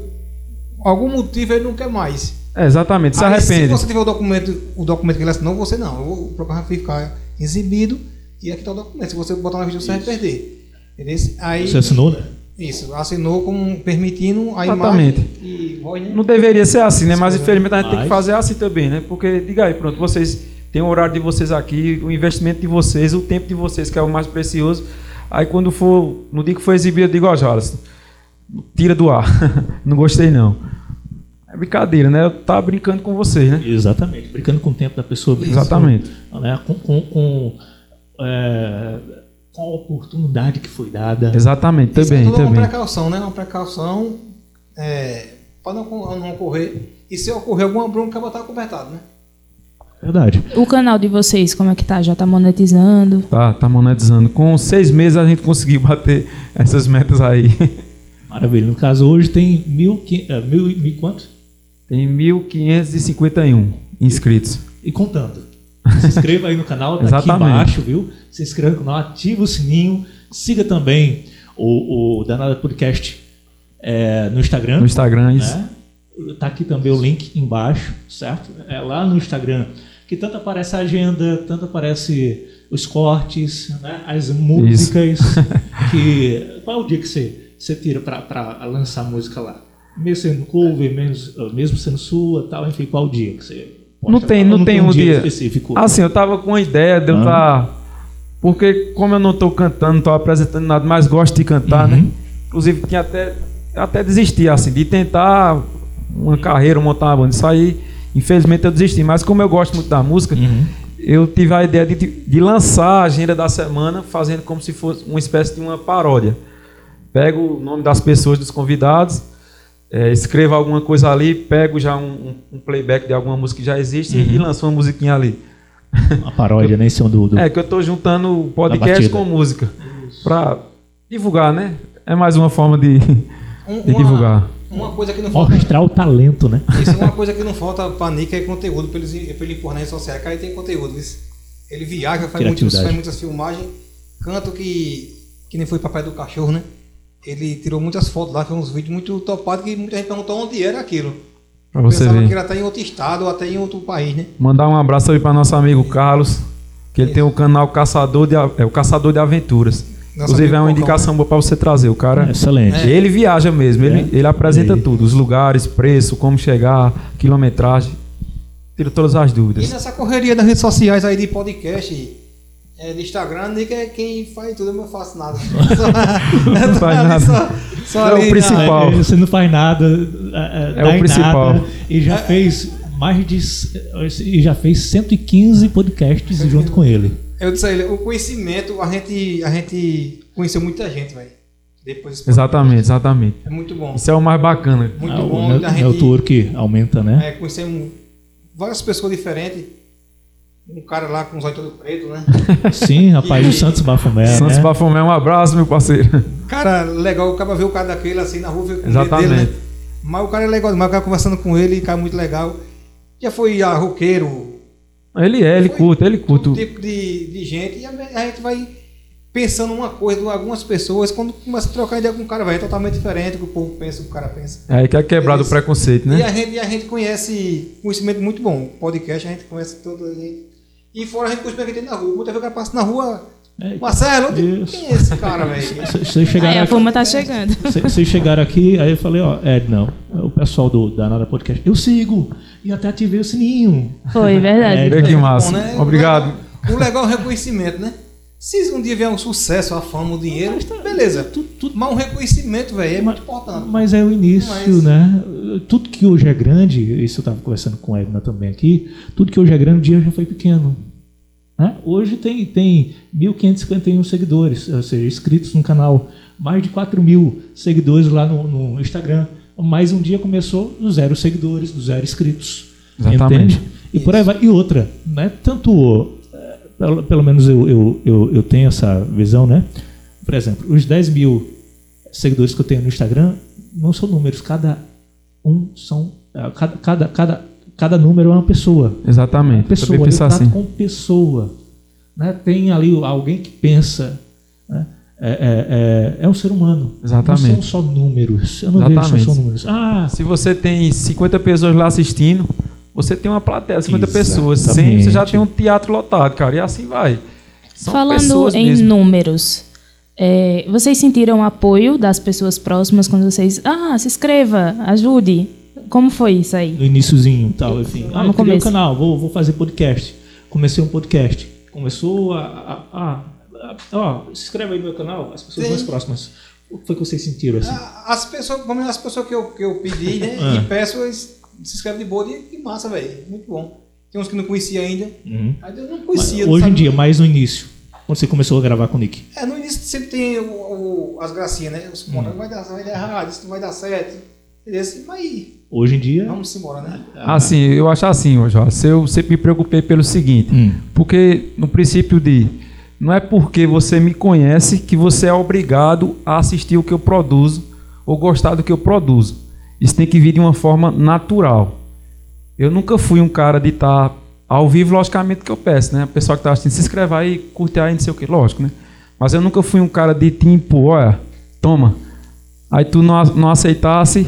Speaker 4: algum motivo, ele não quer mais.
Speaker 3: É, exatamente. Se
Speaker 4: Aí,
Speaker 3: arrepende.
Speaker 4: Se você tiver o documento, o documento que ele assinou, você não. O programa vai ficar exibido e aqui está o documento. Se você botar na vídeo, você vai perder. Entendeu? Aí,
Speaker 1: Você assinou, né?
Speaker 4: isso, assinou como permitindo a
Speaker 3: Exatamente.
Speaker 4: imagem e voz, né?
Speaker 3: Não deveria ser assim, né? Mas infelizmente a gente tem
Speaker 1: Mas-
Speaker 3: que fazer assim também, né? Porque, diga aí, pronto, vocês têm o horário de vocês aqui, o investimento de vocês, o tempo de vocês, que é o mais precioso. Aí quando for, no dia que for exibido, eu digo, ó, Jonas, tira do ar. não gostei, não. É brincadeira, né? Eu tava brincando com vocês, né?
Speaker 1: Exatamente. Brincando com o tempo da pessoa. brincando
Speaker 3: Exatamente.
Speaker 1: com- né, Com, com, com, é, com a oportunidade que foi dada.
Speaker 3: Exatamente,
Speaker 4: Isso é
Speaker 3: também,
Speaker 4: tudo uma
Speaker 3: também.
Speaker 4: precaução, né? Uma precaução é, para não, co- não ocorrer. E se ocorrer alguma bronca, vai estar cobertado, né?
Speaker 1: Verdade.
Speaker 2: O canal de vocês, como é que tá? Já tá monetizando?
Speaker 3: Tá, tá monetizando. Com seis meses a gente conseguiu bater essas metas aí.
Speaker 1: Maravilha. No caso, hoje tem mil, quin- eh, mil, e- mil e quanto?
Speaker 3: Tem 1.551 inscritos.
Speaker 1: E contando. Se inscreva aí no canal, tá aqui
Speaker 3: Exatamente.
Speaker 1: embaixo, viu? Se inscreva no canal, ativa o sininho. Siga também o, o Danada Podcast eh, no Instagram.
Speaker 3: No Instagram, isso.
Speaker 1: né? Tá aqui também o link embaixo, certo? É lá no Instagram, que tanto aparece a agenda, tanto aparece os cortes, né? as músicas. que Qual é o dia que você, você tira pra- pra lançar música lá? Mesmo sendo cover, mesmo, mesmo sendo sua, tal, enfim, qual o dia que você. posta
Speaker 3: Não tem,
Speaker 1: lá?
Speaker 3: não,
Speaker 1: Ou
Speaker 3: tem um dia.
Speaker 1: específico.
Speaker 3: Assim, eu tava com uma ideia de eu
Speaker 1: Ah.
Speaker 3: tá. Porque como eu não tô cantando, não tô apresentando nada, mas gosto de cantar, né? Inclusive tinha até até desisti assim de tentar uma carreira, montar uma banda, isso aí, infelizmente eu desisti, mas como eu gosto muito da música,
Speaker 1: Uhum.
Speaker 3: eu tive a ideia de, de lançar a agenda da semana fazendo como se fosse uma espécie de uma paródia. Pego o nome das pessoas, dos convidados, é, escrevo alguma coisa ali, pego já um, um- um playback de alguma música que já existe e- e lanço uma musiquinha ali.
Speaker 1: Uma paródia, né? Em cima Uhum. do. do-
Speaker 3: É que eu tô juntando o
Speaker 1: Da
Speaker 3: podcast
Speaker 1: batida.
Speaker 3: com música pra divulgar, né? É mais uma forma de, de
Speaker 4: Um-
Speaker 3: divulgar.
Speaker 4: Uma coisa que não falta.
Speaker 1: Mostrar o talento, né?
Speaker 4: Isso é uma coisa que não falta pra Nick é conteúdo pra ele, pra ele impor nas redes sociais. Cara, ele tem conteúdo. viu? Ele viaja, faz, muitos,
Speaker 1: Criatividade.
Speaker 4: faz muitas filmagens. Canto que, que nem foi papai do cachorro, né? Ele tirou muitas fotos lá, fez uns vídeos muito topados que muita gente perguntou onde era aquilo.
Speaker 3: Pra você
Speaker 4: Pensava que
Speaker 3: ver.
Speaker 4: era até em outro estado ou até em outro país, né?
Speaker 3: Mandar um abraço aí pra nosso amigo Carlos, que ele tem o canal Caçador de, A- é, o Caçador de Aventuras.
Speaker 4: Nosso
Speaker 3: Inclusive
Speaker 4: amigo
Speaker 3: é uma
Speaker 4: Cocão,
Speaker 3: indicação boa pra você trazer. O cara,
Speaker 1: Excelente.
Speaker 3: ele viaja mesmo, ele,
Speaker 1: É.
Speaker 3: ele apresenta
Speaker 1: E-
Speaker 3: tudo: os lugares, preço, como chegar, quilometragem. Tira todas as
Speaker 4: E
Speaker 3: dúvidas.
Speaker 4: nessa correria das redes sociais aí de podcast, é, de Instagram, Nick é quem faz tudo, eu não faço nada. Só,
Speaker 3: Não faz
Speaker 4: ali
Speaker 3: nada.
Speaker 4: Só, só
Speaker 3: É o
Speaker 4: ali na-
Speaker 3: principal.
Speaker 1: É, você não faz nada, é,
Speaker 3: É
Speaker 1: dá
Speaker 3: o
Speaker 1: em
Speaker 3: principal.
Speaker 1: nada, e
Speaker 4: É.
Speaker 1: já fez mais de e já fez 115 podcasts junto com ele.
Speaker 4: Eu disse a ele, o conhecimento, a gente, a gente conheceu muita gente, velho. Depois desse
Speaker 3: Exatamente, exatamente.
Speaker 4: podcast. É muito bom.
Speaker 3: Isso é o mais bacana.
Speaker 4: Muito
Speaker 1: Ah,
Speaker 4: bom.
Speaker 1: o,
Speaker 4: a
Speaker 1: é o touro que aumenta, né?
Speaker 4: é, conhecemos várias pessoas diferentes. Um cara lá com os olhos todo preto, né?
Speaker 1: Sim, rapaz,
Speaker 4: E-
Speaker 1: o Santos Bafomé,
Speaker 3: Santos
Speaker 1: né?
Speaker 3: Bafomé, um abraço, meu parceiro.
Speaker 4: Cara, legal, o cara ver o cara daquele assim na rua, ver com o medo
Speaker 3: Exatamente.
Speaker 4: dele, né? Mas o cara é legal demais, o cara conversando com ele, cara muito legal. Já foi ah, roqueiro,
Speaker 3: Ele é, ele
Speaker 4: Foi
Speaker 3: curta, ele curta.
Speaker 4: todo tipo de, de gente. E a, a gente vai pensando uma coisa de algumas pessoas, quando começa a trocar ideia com um cara, velho, é totalmente diferente do que o povo pensa, do que o cara pensa.
Speaker 3: Aí quer quebrar do
Speaker 4: Isso.
Speaker 3: é preconceito,
Speaker 4: E a
Speaker 3: né?
Speaker 4: gente, e a gente conhece conhecimento muito bom. Podcast a gente conhece todo. Gente... E fora a gente conhece que tem na rua. Muita vez o cara passa na rua.
Speaker 1: É,
Speaker 4: Marcelo, quem
Speaker 1: Isso.
Speaker 4: é esse cara, velho?
Speaker 1: c- Vocês
Speaker 2: Aí
Speaker 1: chegaram
Speaker 2: a
Speaker 1: aqui.
Speaker 2: fama tá chegando.
Speaker 1: c- Vocês chegaram aqui, aí eu falei, ó, Ed, não. O pessoal do da Nada Podcast, eu sigo. E até ativei o sininho.
Speaker 2: Foi, verdade.
Speaker 3: Vê que
Speaker 4: Bom,
Speaker 3: é massa.
Speaker 4: né?
Speaker 3: Obrigado.
Speaker 4: O legal, o legal é o reconhecimento, né? Se um dia vier um sucesso, a fama, o dinheiro,
Speaker 3: tá
Speaker 4: beleza.
Speaker 1: Tudo, tudo
Speaker 4: Mas um reconhecimento, velho, é
Speaker 1: Mas-
Speaker 4: muito importante.
Speaker 1: Mas é o início,
Speaker 4: Mas-
Speaker 1: né? Tudo que hoje é grande, isso eu estava conversando com a Edna também aqui, tudo que hoje é grande um dia já foi pequeno. né? Hoje tem, tem 1.551 seguidores, ou seja, inscritos no canal, mais de 4 mil seguidores lá no, no Instagram. Mas um dia começou do zero seguidores, do zero inscritos.
Speaker 3: Exatamente.
Speaker 1: Entende? E por aí vai. E outra, né? Tanto, eh, pelo, pelo menos eu, eu, eu, eu tenho essa visão, né? Por exemplo, os 10 mil seguidores que eu tenho no Instagram não são números, cada um são. eh, Cada, cada, cada, cada número é uma pessoa
Speaker 3: Exatamente.
Speaker 1: pessoa, tá
Speaker 3: Também
Speaker 1: eu
Speaker 3: pensar
Speaker 1: trato
Speaker 3: assim.
Speaker 1: com pessoa. Né? Tem ali o- alguém que pensa. Né? É, é- é- é um ser humano.
Speaker 3: Exatamente.
Speaker 1: Não são só números. Eu não vejo
Speaker 3: Exatamente.
Speaker 1: só são números. Ah,
Speaker 3: Se você tem 50 pessoas lá assistindo, você tem uma plateia, 50 pessoas. 100, você já tem um teatro lotado, cara. E assim vai. São
Speaker 2: Falando
Speaker 3: pessoas
Speaker 2: em
Speaker 3: mesmo.
Speaker 2: números, é, vocês sentiram apoio das pessoas próximas quando vocês. Ah, se inscreva, ajude. Como foi isso aí?
Speaker 1: no iníciozinho tal, enfim.
Speaker 2: Lá
Speaker 1: Ah,
Speaker 2: no
Speaker 1: eu criei o
Speaker 2: começo.
Speaker 1: canal, vou, vou fazer podcast. Comecei um podcast. Começou a. a- a- a- ó, se inscreve aí no meu canal, as pessoas
Speaker 4: Sim.
Speaker 1: mais próximas. O que foi que vocês sentiram
Speaker 3: Ah,
Speaker 1: assim?
Speaker 4: A- Ah, As pessoas, pelo menos as pessoas que eu, que eu pedi, né?
Speaker 1: Ah.
Speaker 4: E peço, eles se inscrevem de boa e que massa, velho. Muito bom. Tem uns que não conhecia ainda.
Speaker 1: Uhum.
Speaker 4: Aí eu não
Speaker 1: Mas
Speaker 4: conhecia. não
Speaker 1: hoje em
Speaker 4: sabia.
Speaker 1: dia, mais no início. Quando você começou a gravar com o Nick.
Speaker 4: É, no início sempre tem o, o- as gracinhas, né? Os pontos, vai, dar, vai dar errado, isso não vai dar certo. Esse, mas aí,
Speaker 1: Hoje em dia.
Speaker 4: vamos embora, né?
Speaker 3: Assim, eu acho assim, ô Jorge. Eu sempre me preocupei pelo seguinte.
Speaker 1: Hum.
Speaker 3: Porque no princípio de não é porque você me conhece que você é obrigado a assistir o que eu produzo ou gostar do que eu produzo. Isso tem que vir de uma forma natural. Eu nunca fui um cara de estar ao vivo, logicamente que eu peço, né? A pessoa que tá assistindo, se inscreve aí, curte aí, não sei o que, lógico, né? Mas eu nunca fui um cara de te impor, olha, toma. Aí tu não, a- não aceitasse,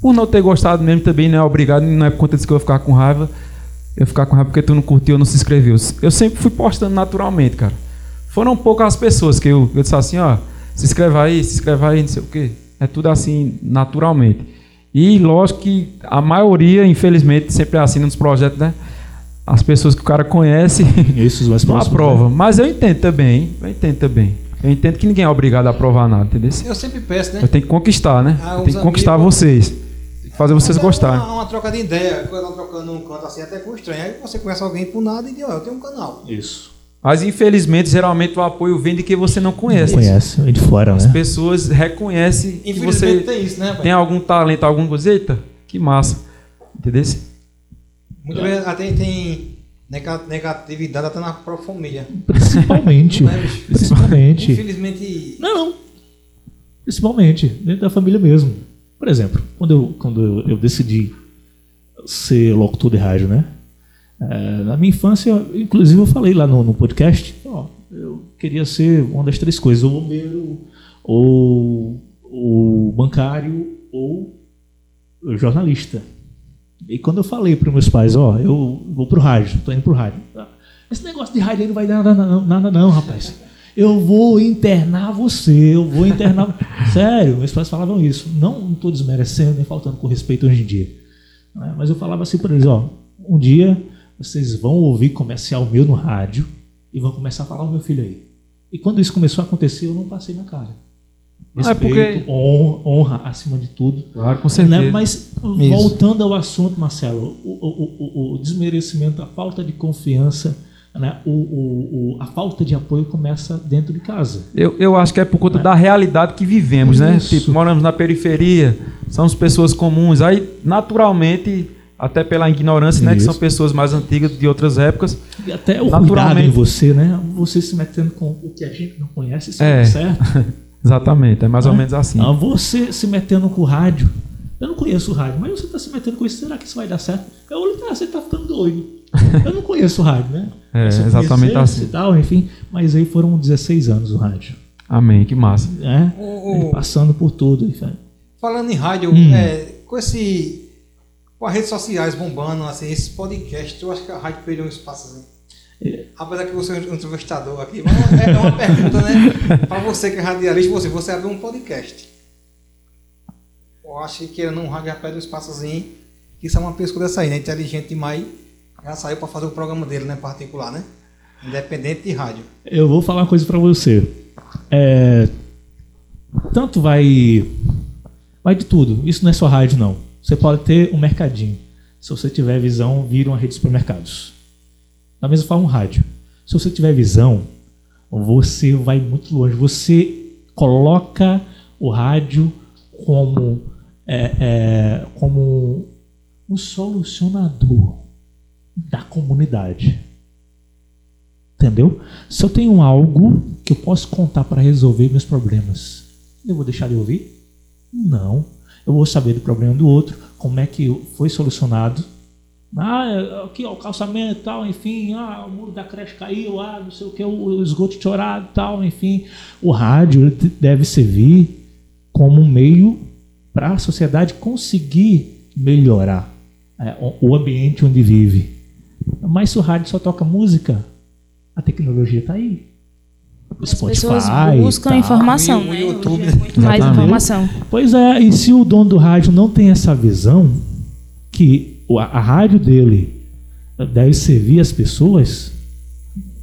Speaker 3: por não ter gostado mesmo também, não é obrigado, não é por conta disso que eu vou ficar com raiva. Eu ficar com raiva porque tu não curtiu ou não se inscreveu. Eu sempre fui postando naturalmente, cara. Foram poucas as pessoas que eu, eu disse assim, ó, se inscreva aí, se inscreva aí, não sei o quê. É tudo assim, naturalmente. E lógico que a maioria, infelizmente, sempre é assim nos projetos, né? As pessoas que o cara conhece
Speaker 1: Esses mais
Speaker 3: não
Speaker 1: próximos. né?
Speaker 3: aprovam. Mas eu entendo também, hein? eu entendo também. Eu entendo que ninguém é obrigado a aprovar nada, entendeu?
Speaker 4: Eu sempre peço, né?
Speaker 3: Eu tenho que conquistar, né?
Speaker 4: Ah,
Speaker 3: eu
Speaker 4: os
Speaker 3: tenho que conquistar
Speaker 4: amigos-
Speaker 3: vocês. Tem que fazer vocês
Speaker 4: Mas é
Speaker 3: gostarem.
Speaker 4: Uma, uma troca de ideia, quando eu tô trocando um canto assim, até com estranho. Aí você conhece alguém por nada e diz, ó, eu tenho um canal.
Speaker 1: né? Isso.
Speaker 3: Mas infelizmente, geralmente o apoio vem de quem você não conhece.
Speaker 1: Conhece, é de fora,
Speaker 3: As
Speaker 1: né?
Speaker 3: pessoas reconhecem que
Speaker 4: Infelizmente
Speaker 3: você
Speaker 4: tem isso, né,
Speaker 3: tem
Speaker 4: rapaz?
Speaker 3: algum talento, alguma coisa. Eita, que massa. Entendeu?
Speaker 4: Muitas vezes até tem nega- negatividade até na própria família.
Speaker 1: Principalmente.
Speaker 4: Não é, bicho?
Speaker 1: principalmente.
Speaker 4: Infelizmente,
Speaker 1: Não, não. Principalmente, dentro da família mesmo. Por exemplo, quando eu, quando eu, eu decidi ser locutor de rádio, né? É, na minha infância, inclusive, eu falei lá no, no podcast, ó, eu queria ser uma das três coisas, ou bombeiro, ou, ou bancário, ou jornalista. E quando eu falei para meus pais, ó, eu vou pro rádio, tô indo pro rádio. Esse negócio de rádio aí não vai dar nada não, nada não, rapaz. Eu vou internar você, eu vou internar. Sério, meus pais falavam isso. Não, não tô desmerecendo nem faltando com respeito hoje em dia. né? Mas eu falava assim para eles, ó, um dia vocês vão ouvir comercial meu no rádio e vão começar a falar o meu filho aí. E quando isso começou a acontecer, eu não passei na cara.
Speaker 3: Ah, é porque-
Speaker 1: Respeito, honra, honra acima de tudo.
Speaker 3: Claro, com
Speaker 1: Né? Mas voltando ao assunto, Marcelo, o, o- o- o desmerecimento, a falta de confiança, né? o, o- o- a falta de apoio começa dentro de casa.
Speaker 3: Eu, eu acho que é por conta da realidade que vivemos, né?
Speaker 1: Isso.
Speaker 3: Tipo, moramos na periferia, somos pessoas comuns. Aí, naturalmente, até pela ignorância, né? Que
Speaker 1: Isso.
Speaker 3: são pessoas mais antigas de outras épocas.
Speaker 1: E até o cuidado
Speaker 3: Naturalmente.
Speaker 1: em você, né? Você se metendo com o que a gente não conhece, isso
Speaker 3: É.
Speaker 1: é certo.
Speaker 3: Exatamente, é mais ou menos assim.
Speaker 1: Ah, Você se metendo com o rádio, Eu não conheço o rádio, mas você tá se metendo com isso, será que isso vai dar certo? Eu olho, tá, você tá ficando doido. Eu não conheço o rádio, né?
Speaker 3: É,
Speaker 1: Se eu
Speaker 3: exatamente
Speaker 1: conhecesse
Speaker 3: assim.
Speaker 1: E tal, enfim, mas aí foram 16 anos o rádio,
Speaker 3: Amém, que massa.
Speaker 1: né?
Speaker 4: O- o-
Speaker 1: Passando por tudo, enfim.
Speaker 4: Falando em rádio,
Speaker 1: Hum.
Speaker 4: é, com esse. Com as redes sociais bombando, assim, esse podcast, eu acho que a rádio perdeu um espaço assim. Apesar que você é um entrevistador aqui, mas é uma pergunta, né? Para você que é radialista, você, você abriu um podcast. Eu acho que não, o rádio já perde um espaçozinho. que Isso é uma pessoa dessa aí, né? Inteligente demais. Já saiu para fazer o programa dele, né? Particular, né? Independente de rádio.
Speaker 1: Eu vou falar uma coisa pra você. É, tanto vai. Vai de tudo. Isso não é só rádio, não. Você pode ter um mercadinho. Se você tiver visão, vira uma rede de supermercados. Da mesma forma, um rádio. Se você tiver visão, você vai muito longe. Você coloca o rádio como, é, é, como um solucionador da comunidade. Entendeu? Se eu tenho algo que eu posso contar para resolver meus problemas, eu vou deixar de ouvir? Não. Eu vou saber do problema do outro, como é que foi solucionado. Ah, é, aqui ó, o calçamento e tal, enfim, ah, o muro da creche caiu, ah, não sei o que, o esgoto chorado e tal, enfim. O rádio ele te- deve servir como um meio para a sociedade conseguir melhorar é, o- o ambiente onde vive. Mas se o rádio só toca música, a tecnologia está aí. O
Speaker 2: As pessoas
Speaker 1: Spotify,
Speaker 2: buscam
Speaker 1: tá.
Speaker 2: informação,
Speaker 4: E o
Speaker 2: né?
Speaker 4: YouTube.
Speaker 2: Hoje é muito mais
Speaker 3: Exatamente.
Speaker 2: informação.
Speaker 1: Pois é, e se o dono do rádio não tem essa visão, que o- a, a rádio dele deve servir as pessoas,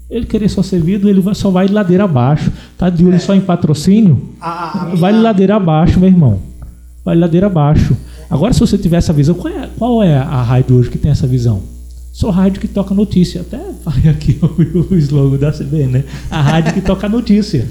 Speaker 1: ele querer só servido, ele vai- só vai de ladeira abaixo. Tá de olho só em patrocínio?
Speaker 4: A, a, a
Speaker 1: Vai de
Speaker 4: minha-
Speaker 1: ladeira abaixo, meu irmão. Vai de ladeira abaixo. Agora, se você tiver essa visão, qual é, qual é a rádio hoje que tem essa visão? Só rádio que toca notícia. Até falei aqui o, o slogan da CBN, né? A rádio que toca notícia.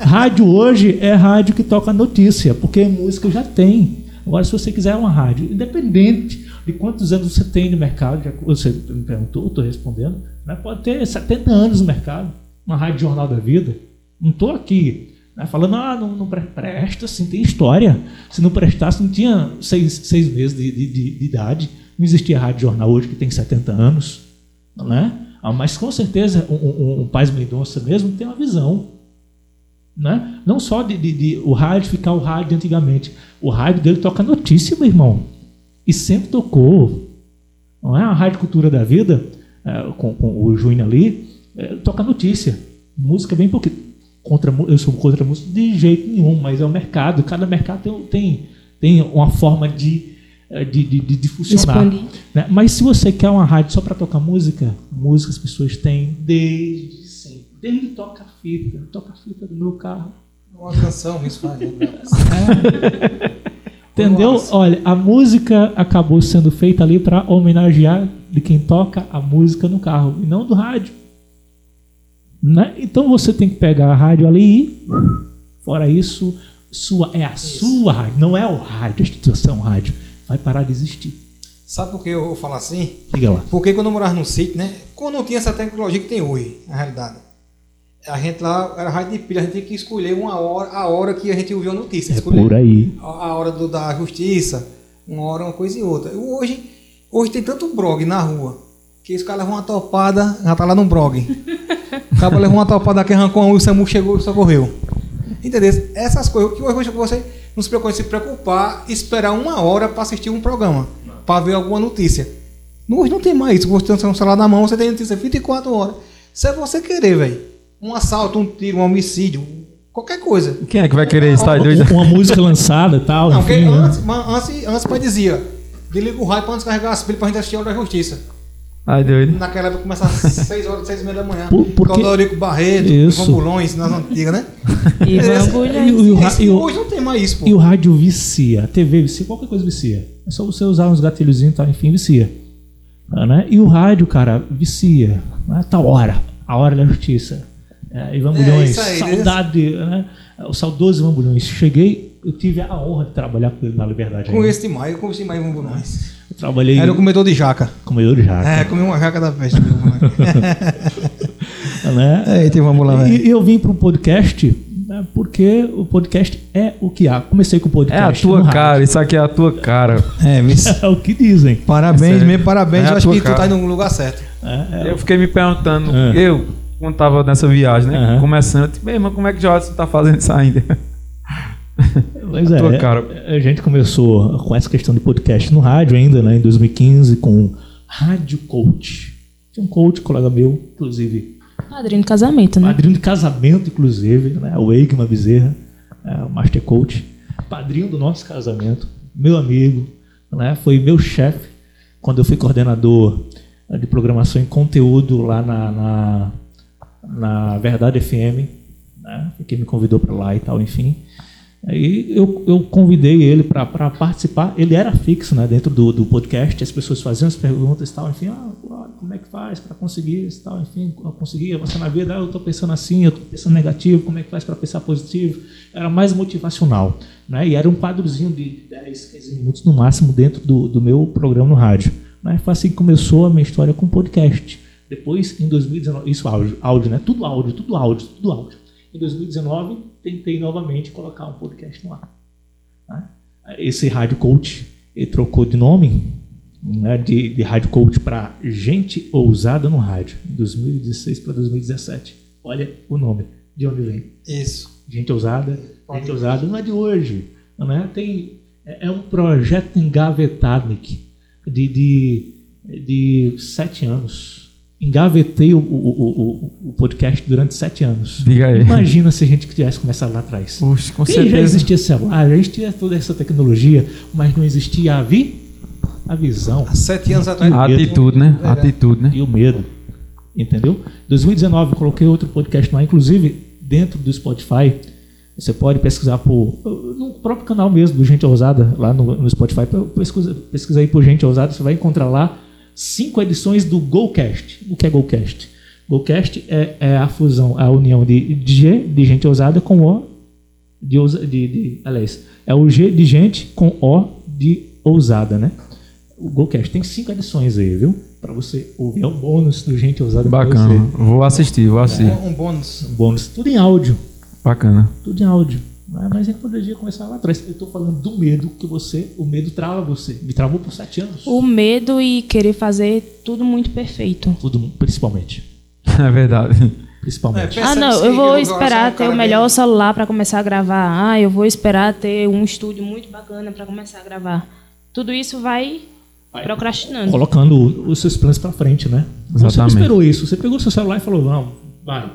Speaker 1: Rádio hoje é rádio que toca notícia, porque música já tem. Agora, se você quiser uma rádio, independente de quantos anos você tem no mercado, já que você me perguntou, estou respondendo, né? pode ter 70 anos no mercado, uma rádio Jornal da Vida. Não estou aqui né, falando, ah, não, não pre- presta, assim, tem história. Se não prestasse, não tinha seis, seis meses de, de- de- de idade. Não existia rádio jornal hoje que tem 70 anos. Né? Ah, Mas com certeza, um, um, um Paz Mendonça mesmo tem uma visão né? Não só de, de- de o rádio ficar o rádio de antigamente. O rádio dele toca notícia, meu irmão. E sempre tocou. Não é a Rádio Cultura da Vida, é, com, com o Juninho ali, é, toca notícia. Música bem pouquinho. Contra, mu- eu sou contra a música de jeito nenhum, mas é o mercado. Cada mercado tem, tem, tem uma forma de, é, de, de, de- de funcionar.
Speaker 2: Expandir.
Speaker 1: né? Mas se você quer uma rádio só para tocar música, música as pessoas têm desde sempre. Desde toca-fita, toca-fita do meu carro.
Speaker 4: Uma canção, isso faz. né?
Speaker 1: Entendeu?
Speaker 4: Nossa.
Speaker 1: Olha, a música acabou sendo feita ali para homenagear de quem toca a música no carro e não do rádio. Né? Então você tem que pegar a rádio ali e, fora isso, sua, é a sua rádio, não é o rádio, a instituição rádio. Vai parar de existir.
Speaker 4: Sabe por que eu falo assim?
Speaker 1: Diga lá.
Speaker 4: Porque quando eu morava no sítio, né? Quando não tinha essa tecnologia que tem hoje, na realidade. A gente lá era rádio de pilha, a gente tinha que escolher uma hora, a hora que a gente ouviu a notícia.
Speaker 1: É
Speaker 4: escolher
Speaker 1: por aí.
Speaker 4: A, a hora do- da justiça, uma hora uma coisa e outra. Hoje, hoje tem tanto blog na rua que os caras levam uma topada, já tá lá no blog. O cara levou uma topada aqui, arrancou uma, o SAMU chegou e socorreu. Entendeu? Essas coisas que hoje você não se preocupa, se preocupar, esperar uma hora para assistir um programa, para ver alguma notícia. Hoje não tem mais isso. Você tem um celular na mão, você tem notícia 24 horas. Se é você querer, velho, um assalto, um tiro, um homicídio, qualquer coisa.
Speaker 3: Quem é que vai querer estar doido?
Speaker 1: Uma música lançada e tal.
Speaker 4: Não, porque
Speaker 1: enfim, né?
Speaker 4: antes, mas antes, antes mas dizia, desliga o raio pra antes carregar as pilhas pra gente assistir a hora da justiça.
Speaker 3: Ai, Tá doido.
Speaker 4: Naquela época começava às 6 horas, 6 e meia da manhã.
Speaker 1: Por- porque-
Speaker 4: Codorico Barreto,
Speaker 1: Isso.
Speaker 4: Ivan Bulões, nas antigas, né?
Speaker 2: E
Speaker 4: Esse-
Speaker 1: E
Speaker 2: bagulho.
Speaker 1: o- e o ra-
Speaker 4: Esse-
Speaker 1: e o-
Speaker 4: hoje não tem mais isso, pô.
Speaker 1: E o rádio vicia, a TV vicia, qualquer coisa vicia. É só você usar uns gatilhozinhos e tal, enfim, vicia. Ah, né? E o rádio, cara, vicia. Né? Tá hora, a hora da justiça. É, Ivan
Speaker 4: É,
Speaker 1: Bulhões,
Speaker 4: isso aí,
Speaker 1: saudade, né? O saudoso Ivan Bulhões. Cheguei, eu tive a honra de trabalhar com ele na Liberdade. ainda.
Speaker 4: Conheço demais, eu conheci demais Ivan Bulões.
Speaker 1: Eu trabalhei
Speaker 4: Era o comedor de jaca.
Speaker 1: comedor de jaca.
Speaker 4: É, comi uma jaca da peste. Ivan Bulões.
Speaker 1: né?
Speaker 4: É, tem Ivan Bulões, velho.
Speaker 1: E e eu vim para um podcast né? Porque o podcast é o que há. Comecei com o
Speaker 3: É
Speaker 1: podcast.
Speaker 3: a
Speaker 1: no
Speaker 3: tua
Speaker 1: rádio.
Speaker 3: cara, isso aqui é a tua cara.
Speaker 4: É, isso.
Speaker 1: É o que dizem.
Speaker 3: É
Speaker 4: Parabéns,
Speaker 3: sério.
Speaker 4: mesmo parabéns.
Speaker 3: É
Speaker 4: eu
Speaker 3: a
Speaker 4: acho
Speaker 3: tua
Speaker 4: que tu
Speaker 3: cara.
Speaker 4: tá no lugar certo.
Speaker 1: É, é.
Speaker 3: Eu fiquei me perguntando,
Speaker 1: Ah.
Speaker 3: eu, quando tava nessa viagem, né?
Speaker 1: Aham.
Speaker 3: Começando, eu tipo, meu irmão, como é que o Jorge tá fazendo isso ainda?
Speaker 1: Pois
Speaker 3: A
Speaker 1: é,
Speaker 3: tua
Speaker 1: é,
Speaker 3: cara.
Speaker 1: A gente começou com essa questão de podcast no rádio ainda, né, em 2015, com Rádio Coach. Tinha um coach, colega meu, inclusive,
Speaker 2: Padrinho de casamento, né?
Speaker 1: padrinho de casamento, inclusive, né, o Eikman Bezerra, é, o Master Coach, padrinho do nosso casamento, meu amigo, né, foi meu chefe quando eu fui coordenador eh, de programação em conteúdo lá na, na, na Verdade FM, né, que me convidou para lá e tal, enfim. Aí eu, eu convidei ele para participar. Ele era fixo né, dentro do, do podcast, as pessoas faziam as perguntas e tal, enfim, ah, Cláudio, como é que faz para conseguir isso e tal, enfim, eu consegui avançar na vida, ah, eu estou pensando assim, eu estou pensando negativo, como é que faz para pensar positivo? Era mais motivacional. Né? E era um quadrozinho de 10, 15 minutos no máximo dentro do, do meu programa no rádio. Né? Foi assim que começou a minha história com podcast. Depois, em 2019, isso áudio, áudio, né? Tudo áudio, tudo áudio, tudo áudio. Em 2019, tentei novamente colocar um podcast no ar. né? Esse Rádio Coach ele trocou de nome né, de, de Rádio Coach para Gente Ousada no Rádio, em 2016 para 2017. Olha o nome, de onde vem.
Speaker 4: Isso.
Speaker 1: Gente ousada, gente ousada não é de hoje, né? Tem é é um projeto engavetado Nick, de, de, de sete anos. Engavetei o, o, o, o- o podcast durante sete anos.
Speaker 3: Diga aí.
Speaker 1: Imagina se a gente tivesse começado lá atrás.
Speaker 3: Puxa, com
Speaker 1: Sim, já
Speaker 3: certeza.
Speaker 1: existia celular, já existia toda essa tecnologia, mas não existia a, vi, a visão
Speaker 4: Há sete anos atrás. É,
Speaker 3: A Atitude, né? A Atitude, né?
Speaker 1: e o medo. Entendeu? 2019 eu coloquei outro podcast lá, inclusive dentro do Spotify. Você pode pesquisar por. No próprio canal mesmo do Gente Ousada, lá no, no Spotify. pe- Pesquisa, pesquisa aí por Gente Ousada, você vai encontrar lá cinco edições do Golcast. O que é Golcast? Golcast é, é a fusão, a união de G, de Gente Ousada, com O de, ousa- de, de- aliás, é o G de gente com O de ousada, né? O Golcast tem cinco edições aí, viu? Pra você ouvir. É um bônus do Gente Ousada. pra
Speaker 3: Bacana. Vou assistir, vou
Speaker 4: Um,
Speaker 3: assistir.
Speaker 4: um bônus.
Speaker 1: Você. Bônus. Tudo em áudio.
Speaker 3: Bacana.
Speaker 1: Tudo em áudio. né? Mas a gente poderia começar lá atrás. Eu tô falando do medo que você... O medo trava você. Me travou por sete anos.
Speaker 2: O medo e querer fazer tudo muito perfeito.
Speaker 1: Tudo, principalmente.
Speaker 3: É verdade.
Speaker 1: Principalmente.
Speaker 4: É,
Speaker 2: Ah, não,
Speaker 4: Percebe-se
Speaker 2: eu vou
Speaker 4: que eu gosto
Speaker 2: esperar
Speaker 4: de um
Speaker 2: ter o
Speaker 4: cara
Speaker 2: melhor
Speaker 4: bem-
Speaker 2: celular pra começar a gravar. Ah, eu vou esperar ter um estúdio muito bacana pra começar a gravar. Tudo isso vai procrastinando.
Speaker 1: colocando os seus planos pra frente, né? Você não
Speaker 3: Exatamente.
Speaker 1: esperou isso. Você pegou seu celular e falou, não, vai.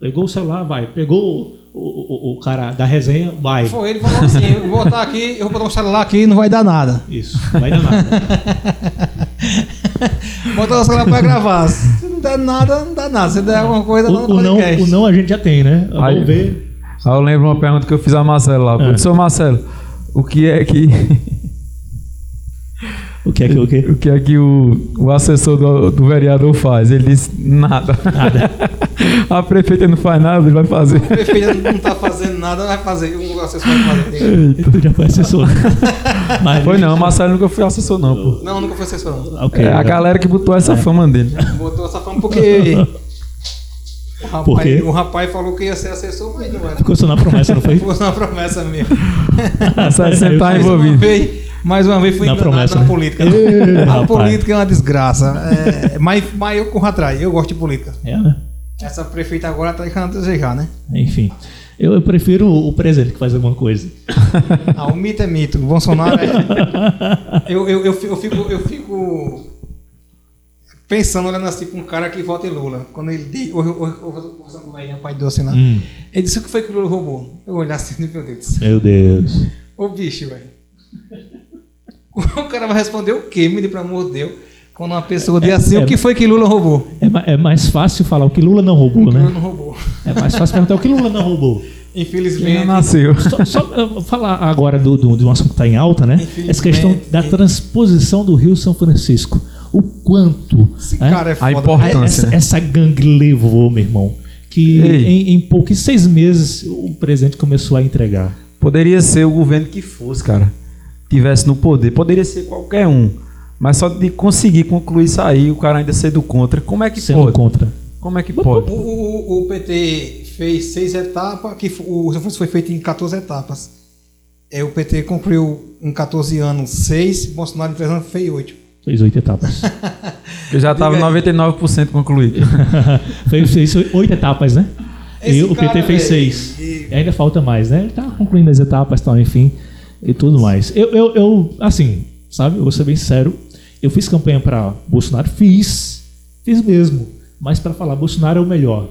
Speaker 1: Pegou o celular, vai. Pegou o, o, o- o cara da resenha, vai.
Speaker 4: Foi ele falou assim: eu vou botar aqui, eu vou botar um celular aqui, não vai dar nada.
Speaker 1: Isso, vai dar nada.
Speaker 4: Botar o celular pra gravar. Se não der nada, não dá nada. Se der alguma coisa, lá no
Speaker 1: o, o não,
Speaker 4: podcast.
Speaker 1: o não a gente já tem, né?
Speaker 3: Aí-
Speaker 1: Vamos ver.
Speaker 3: Aí Ah, eu lembro uma pergunta que eu fiz a Marcelo lá. Pô, Seu Marcelo, o que é que.
Speaker 1: O que é que o quê?
Speaker 3: O que é que o, o assessor do, do vereador faz? Ele disse nada. a prefeita não faz nada, ele vai fazer.
Speaker 4: O prefeito não tá fazendo nada, vai fazer. Um assessor vai fazer.
Speaker 1: Tu já foi assessor. Mas,
Speaker 3: Foi não, o Marcelo nunca foi assessor, não, pô.
Speaker 4: Não, nunca foi assessor, não.
Speaker 1: Ok,
Speaker 3: É a galera que botou essa fama dele.
Speaker 4: Botou essa fama porque. O rapaz,
Speaker 1: Por quê?
Speaker 4: o rapaz falou que ia ser assessor, mas não era.
Speaker 1: Ficou Tá só na promessa, não foi?
Speaker 4: Foi uma promessa mesmo.
Speaker 3: Essa você tá
Speaker 1: Eu
Speaker 4: Mais uma
Speaker 3: envolvido.
Speaker 4: vez, mais uma vez fui
Speaker 1: Na
Speaker 4: enganado
Speaker 1: promessa,
Speaker 4: na
Speaker 1: né?
Speaker 4: política.
Speaker 1: Ê,
Speaker 4: a
Speaker 1: rapaz.
Speaker 4: política é uma desgraça. É, mas, mas eu corro atrás, eu gosto de política.
Speaker 1: É, né?
Speaker 4: Essa prefeita agora tá encanando desejar, né?
Speaker 1: Enfim. Eu, eu prefiro o presente que faz alguma coisa.
Speaker 4: Ah, o mito é mito. O Bolsonaro é. Eu, eu, eu, fi- eu fico, eu fico pensando, olhando assim pra um cara que vota em Lula. Quando ele deu. Eu, eu, eu, eu, eu, aí, rapaz doce lá.
Speaker 1: Hum,
Speaker 4: Ele disse o que foi que o Lula roubou. Eu olhar assim, meu Deus do céu.
Speaker 1: meu Deus.
Speaker 4: Ô bicho, velho. O cara vai responder o quê? Me dê pra amor de Deus. Quando uma pessoa diz assim,
Speaker 1: é-
Speaker 4: o que foi que Lula roubou?
Speaker 1: É, ma- é mais fácil falar o que Lula não roubou,
Speaker 4: Lula
Speaker 1: né?
Speaker 4: não roubou.
Speaker 1: É mais fácil perguntar o que Lula não roubou.
Speaker 3: Ele não
Speaker 4: Infelizmente.
Speaker 3: nasceu.
Speaker 1: Só, só eu vou falar agora do, do, de um assunto que está em alta, né?
Speaker 4: Infelizmente.
Speaker 1: Essa questão da transposição do Rio São Francisco. O quanto
Speaker 4: Esse
Speaker 1: né,
Speaker 4: cara é foda.
Speaker 3: importa-
Speaker 1: a-
Speaker 3: importância,
Speaker 1: essa,
Speaker 3: né?
Speaker 1: essa gangue levou, meu irmão. Que
Speaker 3: Ei.
Speaker 1: em, em pouco, em seis meses, o presidente começou a entregar.
Speaker 3: Poderia ser o governo que fosse, cara. Tivesse no poder. Poderia ser qualquer um. Mas só de conseguir concluir isso aí, o cara ainda sendo contra. Como é que
Speaker 1: sendo
Speaker 3: pode?
Speaker 1: contra.
Speaker 3: Como é que pode?
Speaker 4: O, o- o PT fez seis etapas, que fo- o Refúgio foi feito em 14 etapas. É, o PT cumpriu em 14 anos seis, Bolsonaro em 3 anos fez oito.
Speaker 1: Fez oito etapas.
Speaker 3: Eu já estava
Speaker 4: Diga aí.
Speaker 3: 99% concluído.
Speaker 1: fez, fez oito etapas, né?
Speaker 4: Esse
Speaker 1: e o PT
Speaker 4: cara,
Speaker 1: fez
Speaker 4: velho,
Speaker 1: seis.
Speaker 4: e-
Speaker 1: E ainda falta mais, né? Ele tá concluindo as etapas tal, enfim. E tudo mais. Eu, eu, eu, assim, sabe? Eu vou ser bem sincero. Eu fiz campanha pra Bolsonaro? Fiz. Fiz mesmo. Mas pra falar, Bolsonaro é o melhor.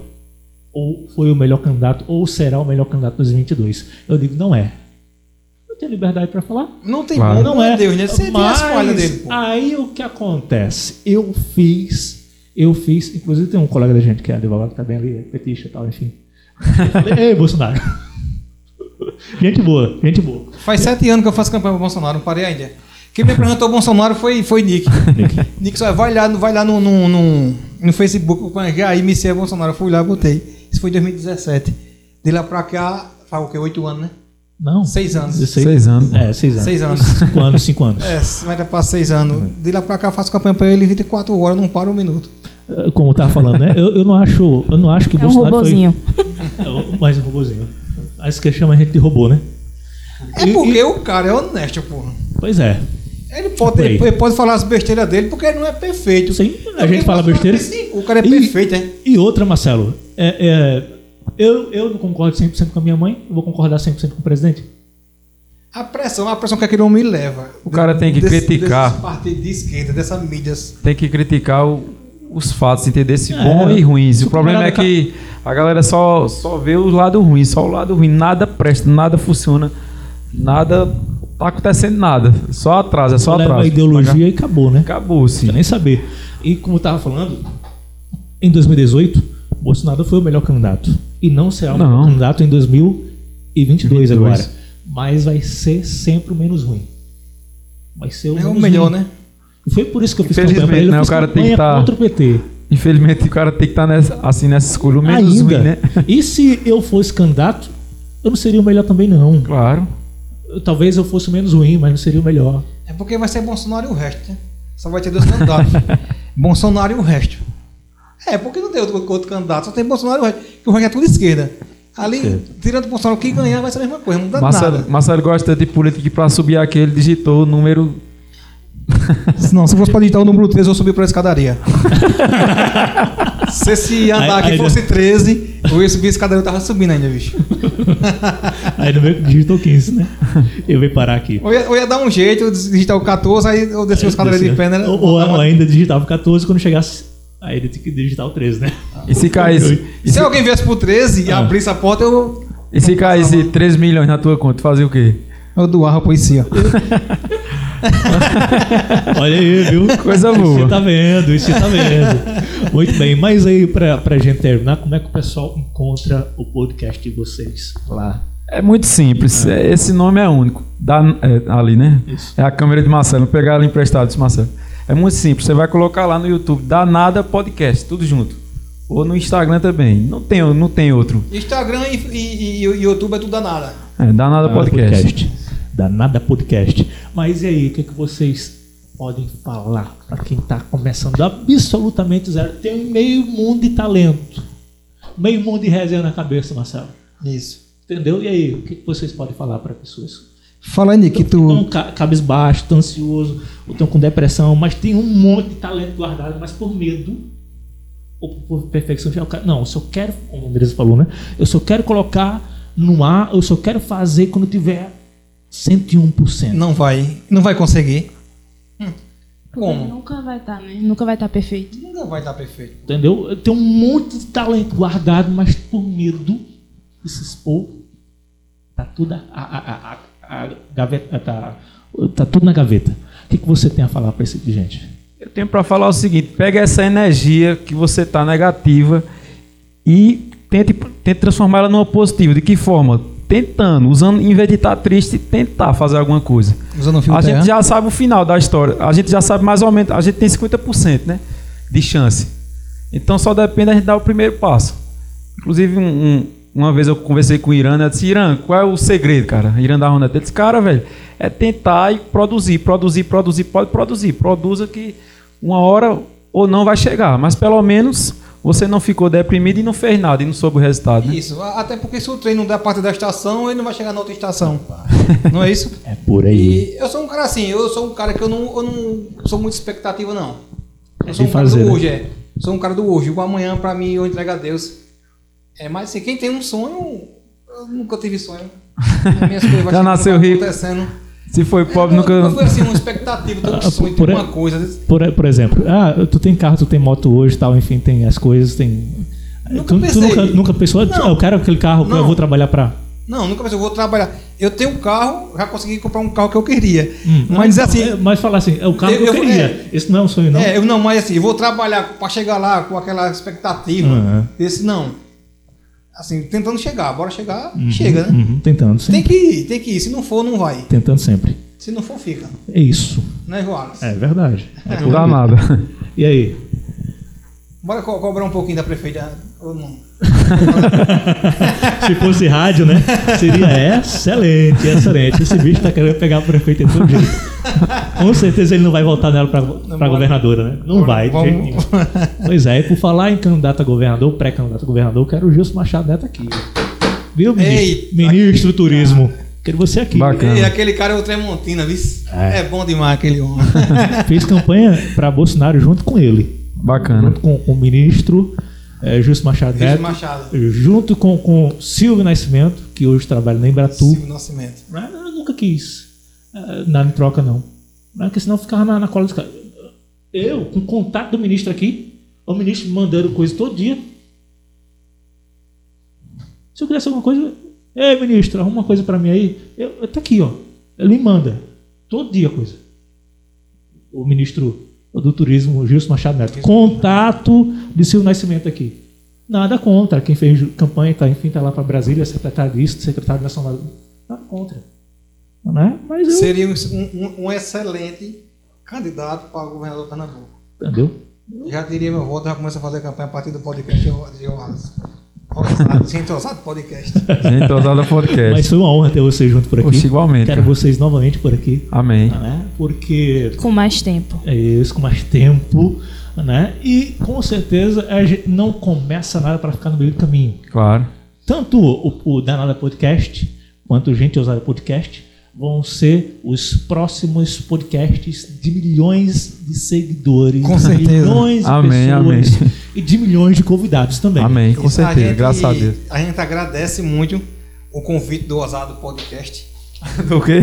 Speaker 1: Ou foi o melhor candidato, ou será o melhor candidato em 2022. Eu digo, não é. Eu tenho liberdade pra falar?
Speaker 4: Não tem
Speaker 3: Claro.
Speaker 4: bom,
Speaker 1: Não é.
Speaker 4: Deus, né? Você tem as falhas
Speaker 1: Mas
Speaker 4: dele, pô.
Speaker 1: aí o que acontece? Eu fiz, eu fiz, inclusive tem um colega da gente que é advogado, que tá bem ali, é petista e tal, enfim. Eu falei, Ei, Bolsonaro. gente boa, gente boa.
Speaker 4: Faz sete anos que eu faço campanha pro Bolsonaro, não parei ainda. Quem me apresentou o Bolsonaro foi, foi Nick. Nick só vai lá, vai lá no, no, no, no Facebook, já MC é Bolsonaro. Eu fui lá e botei. Isso foi em 2017. De lá pra cá, faz o quê? Oito anos, né?
Speaker 1: Não.
Speaker 4: Seis anos.
Speaker 1: Dezesseis-
Speaker 3: Seis anos.
Speaker 1: É, seis anos.
Speaker 4: Seis anos.
Speaker 1: Cinco anos, cinco anos.
Speaker 4: É, vai dar pra seis anos. De lá pra cá, eu faço campanha pra ele 24 horas, não para um minuto.
Speaker 1: Eh, Como eu tava falando, né? Eu, eu não acho, eu não acho que o
Speaker 2: É um
Speaker 1: Bolsonaro
Speaker 2: robozinho.
Speaker 1: foi. É, mais um robozinho. Acho que chama a gente de robô, né?
Speaker 4: É porque o cara é honesto, porra.
Speaker 1: Pois é.
Speaker 4: Ele pode,
Speaker 1: Por aí.
Speaker 4: ele pode falar as besteiras dele porque ele não é perfeito.
Speaker 1: Tipo Sim, a gente
Speaker 4: É porque
Speaker 1: fala
Speaker 4: o Bolsonaro
Speaker 1: besteira.
Speaker 4: é assim, O cara é
Speaker 1: E-
Speaker 4: perfeito, né?
Speaker 1: E outra, Marcelo, é- é, eu, eu não concordo 100% com a minha mãe, eu vou concordar 100% com o presidente.
Speaker 4: A pressão, a pressão que aquele homem leva.
Speaker 3: O cara tem que criticar.
Speaker 4: Desse partido de esquerda, dessas mídias.
Speaker 3: Tem que criticar o- os fatos, entender se bom
Speaker 1: É,
Speaker 3: e ruins.
Speaker 1: se
Speaker 3: O problema é
Speaker 1: comparado
Speaker 3: que a galera só, só vê o lado ruim, só o lado ruim. Nada presta, nada funciona, nada tá acontecendo nada. Só atrasa, só
Speaker 1: Leva
Speaker 3: atrasa.
Speaker 1: a ideologia e acabou, né?
Speaker 3: Acabou-se.
Speaker 1: Não nem saber. E como eu tava falando, em 2018, Bolsonaro foi o melhor candidato. E não será o
Speaker 3: Não.
Speaker 1: melhor candidato em 2022 agora.
Speaker 3: 22.
Speaker 1: Mas vai ser sempre o menos ruim. Vai ser o
Speaker 4: É o
Speaker 1: menos
Speaker 4: melhor,
Speaker 1: ruim.
Speaker 4: né?
Speaker 1: E foi por isso que eu fiz
Speaker 3: Infelizmente,
Speaker 1: campanha pra ele.
Speaker 3: né,
Speaker 1: Eu
Speaker 3: o
Speaker 1: fiz
Speaker 3: cara tem que
Speaker 1: campanha
Speaker 3: tá-
Speaker 1: contra o PT.
Speaker 3: Infelizmente o cara tem que estar nessa, assim nessa escolha. O menos
Speaker 1: Ainda.
Speaker 3: ruim, né?
Speaker 1: E se eu fosse candidato, eu não seria o melhor também, não.
Speaker 3: Claro.
Speaker 1: Eu- Talvez eu fosse o menos ruim, mas não seria o melhor.
Speaker 4: É porque vai ser Bolsonaro e o resto, né? Só vai ter dois candidatos. Bolsonaro e o resto. É, porque não tem outro, outro candidato, só tem Bolsonaro e o resto. Que o resto é tudo esquerda. Ali,
Speaker 1: Esquerda.
Speaker 4: tirando o Bolsonaro, quem ganhar vai ser a mesma coisa, não dá
Speaker 3: Marcelo,
Speaker 4: Tá nada.
Speaker 3: Marcelo gosta de política e pra subir aqui ele digitou o número.
Speaker 4: Não, se fosse pra digitar o número 13, eu subir pra escadaria. se esse andar
Speaker 1: Aí-
Speaker 4: aqui
Speaker 1: aí
Speaker 4: fosse 13, eu ia subir a escadaria, eu tava subindo ainda, bicho.
Speaker 1: Aí no meu digital 15, né? Eu vim parar aqui.
Speaker 4: Eu ia, eu ia dar um jeito, eu digitar o 14, aí eu desci os cadeiras de
Speaker 1: Descia.
Speaker 4: perna. né?
Speaker 1: Ou, ou- ou ainda é digitava 14 quando chegasse. Aí ele tinha que digitar o 13, né?
Speaker 3: E se caísse, e
Speaker 4: Se
Speaker 3: se,
Speaker 4: alguém viesse pro 13 e
Speaker 1: Ah.
Speaker 4: abrisse a porta, eu,
Speaker 3: e se caísse 3 milhões na tua conta, fazer o quê?
Speaker 4: eu doava a polícia.
Speaker 1: Olha aí, viu?
Speaker 3: Coisa
Speaker 1: Você
Speaker 3: boa.
Speaker 1: tá vendo, isso tá vendo. Muito bem, mas aí pra, pra gente terminar, como é que o pessoal encontra o podcast de vocês lá?
Speaker 3: É muito simples. É, Esse nome é único. Dá, é, ali, né?
Speaker 1: Isso.
Speaker 3: É a câmera de Marcelo. Pegar ela emprestada disse Marcelo. É muito simples. Você vai colocar lá no YouTube. Danada Podcast. Tudo junto. Ou no Instagram também. Não tem, não tem outro.
Speaker 4: Instagram e, e- e- e YouTube é tudo danada.
Speaker 3: É, Danada Podcast.
Speaker 1: Danada Podcast. Mas e aí, o que, que vocês podem falar pra quem tá começando absolutamente zero? Tem meio mundo de talento. Meio mundo de resenha na cabeça, Marcelo.
Speaker 4: Isso.
Speaker 1: Entendeu? E aí, o que, que vocês podem falar pra pessoas
Speaker 4: Fala aí, Nick,
Speaker 1: Estão
Speaker 3: Então,
Speaker 4: tu.
Speaker 1: ca cabisbaixo, estão ansioso, ou estão com depressão, mas tem um monte de talento guardado, mas por medo ou por perfeição. já o cara- Não, eu só quero, como o Andrés falou, né? Eu só quero colocar no ar, eu só quero fazer quando tiver 101%.
Speaker 4: Não vai. Não vai conseguir. Hum. Como?
Speaker 2: Nunca vai estar, né? Nunca vai estar perfeito.
Speaker 4: Nunca vai estar perfeito.
Speaker 1: Entendeu? Tem um monte de talento guardado, mas por medo de se expor, tá tudo, a, a- a- a- a gaveta, tá, tá tudo na gaveta. O que, que você tem a falar pra esse tipo de gente?
Speaker 3: Eu tenho para falar o seguinte: pega essa energia que você tá negativa e tente, tente transformar ela numa positiva. De que forma? Tentando, usando, em vez de estar triste, tentar fazer alguma coisa.
Speaker 4: Usando o é, né?
Speaker 3: A gente já sabe o final da história. A gente já sabe mais ou menos. A gente tem 50% né, de chance. Então só depende da gente dar o primeiro passo. Inclusive, um- um- uma vez eu conversei com o Irã, né, eu disse, Irã, qual é o segredo, cara? Irã da Ronda. Ele disse, cara, velho, é tentar e produzir, produzir, produzir, pode produzir. Produza que uma hora ou não vai chegar. Mas pelo menos você não ficou deprimido e não fez nada e não soube o resultado. Né?
Speaker 4: Isso, a- até porque se o trem não der parte da estação, ele não vai chegar na outra estação. Não é isso?
Speaker 1: É por aí.
Speaker 4: E eu sou um cara assim, eu sou um cara que eu não, eu não sou muito expectativa, não. Eu sou
Speaker 1: De
Speaker 4: um cara
Speaker 1: fazer,
Speaker 4: do
Speaker 1: né?
Speaker 4: hoje, é. Sou um cara do hoje. O amanhã, pra mim, eu entrego a Deus. É, mas assim, quem tem um sonho, eu nunca tive sonho. As minhas coisas vai
Speaker 3: Já
Speaker 4: chegando,
Speaker 3: nasceu
Speaker 4: vai
Speaker 3: rico.
Speaker 4: acontecendo.
Speaker 3: Se foi pobre,
Speaker 4: eu,
Speaker 3: nunca.
Speaker 4: Eu fui assim, uma expectativa, tem um
Speaker 1: Ah,
Speaker 4: sonho,
Speaker 1: por-
Speaker 4: tem
Speaker 1: por-
Speaker 4: uma coisa. Às vezes,
Speaker 1: Por, por exemplo, ah, tu tem carro, tu tem moto hoje, tal, enfim, tem as coisas, tem. eh,
Speaker 4: Nunca
Speaker 1: tu, tu
Speaker 4: pensei.
Speaker 1: nunca, nunca pensou,
Speaker 4: Não.
Speaker 1: ah, eu quero aquele carro,
Speaker 4: Não.
Speaker 1: eu vou trabalhar pra.
Speaker 4: Não, nunca pensei, eu vou trabalhar. Eu tenho um carro, já consegui comprar um carro que eu queria.
Speaker 1: Hum,
Speaker 4: mas assim,
Speaker 1: é, mas falar assim, é o carro
Speaker 4: Eu-
Speaker 1: que eu
Speaker 4: eu-
Speaker 1: queria.
Speaker 4: é.
Speaker 1: Esse não é um sonho, não.
Speaker 4: É, eu não, mas assim, eu vou trabalhar pra chegar lá com aquela expectativa.
Speaker 1: Uhum.
Speaker 4: Esse não. Assim, tentando chegar, bora chegar, chega, né?
Speaker 1: Uhum, tentando, sim.
Speaker 4: Tem que ir, tem que ir. Se não for, não vai.
Speaker 1: Tentando sempre.
Speaker 4: Se não for, fica.
Speaker 1: É isso.
Speaker 4: Né, Joanes?
Speaker 1: É verdade. É
Speaker 3: Não
Speaker 1: por
Speaker 3: dá
Speaker 1: aí.
Speaker 3: nada.
Speaker 1: E aí?
Speaker 4: Bora co- cobrar um pouquinho da prefeita. Ou não?
Speaker 1: Se fosse rádio, né? Seria excelente, excelente. Esse bicho tá querendo pegar o prefeito de todo jeito. Com certeza ele não vai voltar nela pra, pra governadora, né? Não vai, de jeito nenhum. Pois é, e por falar em candidato a governador, pré-candidato a governador, eu quero o Gilson Machado Neto aqui. Viu, ministro?
Speaker 4: Eita,
Speaker 1: ministro do turismo. Quero você aqui.
Speaker 3: Bacana.
Speaker 4: Ei, aquele cara é o Tremontina, viu?
Speaker 1: Ah. É.
Speaker 4: É. bom demais aquele homem.
Speaker 1: Fez campanha pra Bolsonaro junto com ele.
Speaker 3: Bacana.
Speaker 1: Junto com o ministro eh, Gilson Machado
Speaker 4: Regis
Speaker 1: Neto.
Speaker 4: Machado.
Speaker 1: Junto com, com Silvio Nascimento, que hoje trabalha na Embratur.
Speaker 4: Silvio Nascimento.
Speaker 1: Mas Eu nunca quis eh, nada em troca, não. Mas Porque senão eu ficava na, na cola dos caras. Eu, com contato do ministro aqui, o ministro me mandando coisa todo dia. Se eu quisesse alguma coisa. Ei, ministro, arruma uma coisa pra mim aí. Eu, eu- tá aqui, ó. Ele me manda. Todo dia coisa. O ministro do Turismo, Gilson Machado Neto. Contato de seu nascimento aqui. Nada contra. Quem fez campanha, tá, enfim, tá lá pra Brasília, secretário disso, secretário nacional. Nada contra. Né? Mas eu.
Speaker 4: Seria um, um- um excelente candidato para o governador de Pernambuco.
Speaker 1: Entendeu?
Speaker 4: Já diria meu voto, já começa a fazer campanha a partir do podcast de Joanes. Ousado, Gente tá ousado podcast.
Speaker 3: Gente, ousada
Speaker 1: Mas
Speaker 3: podcast.
Speaker 1: foi uma honra ter vocês junto por aqui.
Speaker 3: Oxe, igualmente.
Speaker 1: Quero
Speaker 3: cara.
Speaker 1: vocês novamente por aqui.
Speaker 3: Amém.
Speaker 1: Né? Porque
Speaker 2: Com mais tempo.
Speaker 1: é isso, com mais tempo. Né? E com certeza a gente não começa nada para ficar no meio do caminho.
Speaker 3: Claro.
Speaker 1: Tanto o, o Danada Podcast quanto o Gente Ousada Podcast vão ser os próximos podcasts de milhões de seguidores,
Speaker 4: Com
Speaker 1: de
Speaker 4: certeza.
Speaker 1: milhões de
Speaker 3: Amém,
Speaker 1: pessoas
Speaker 3: amém.
Speaker 1: e de milhões de convidados também.
Speaker 3: Amém, com
Speaker 4: Isso, é a
Speaker 3: certeza.
Speaker 4: gente-
Speaker 3: Graças a Deus.
Speaker 4: A gente agradece muito o convite do Ousado Podcast.
Speaker 3: O quê?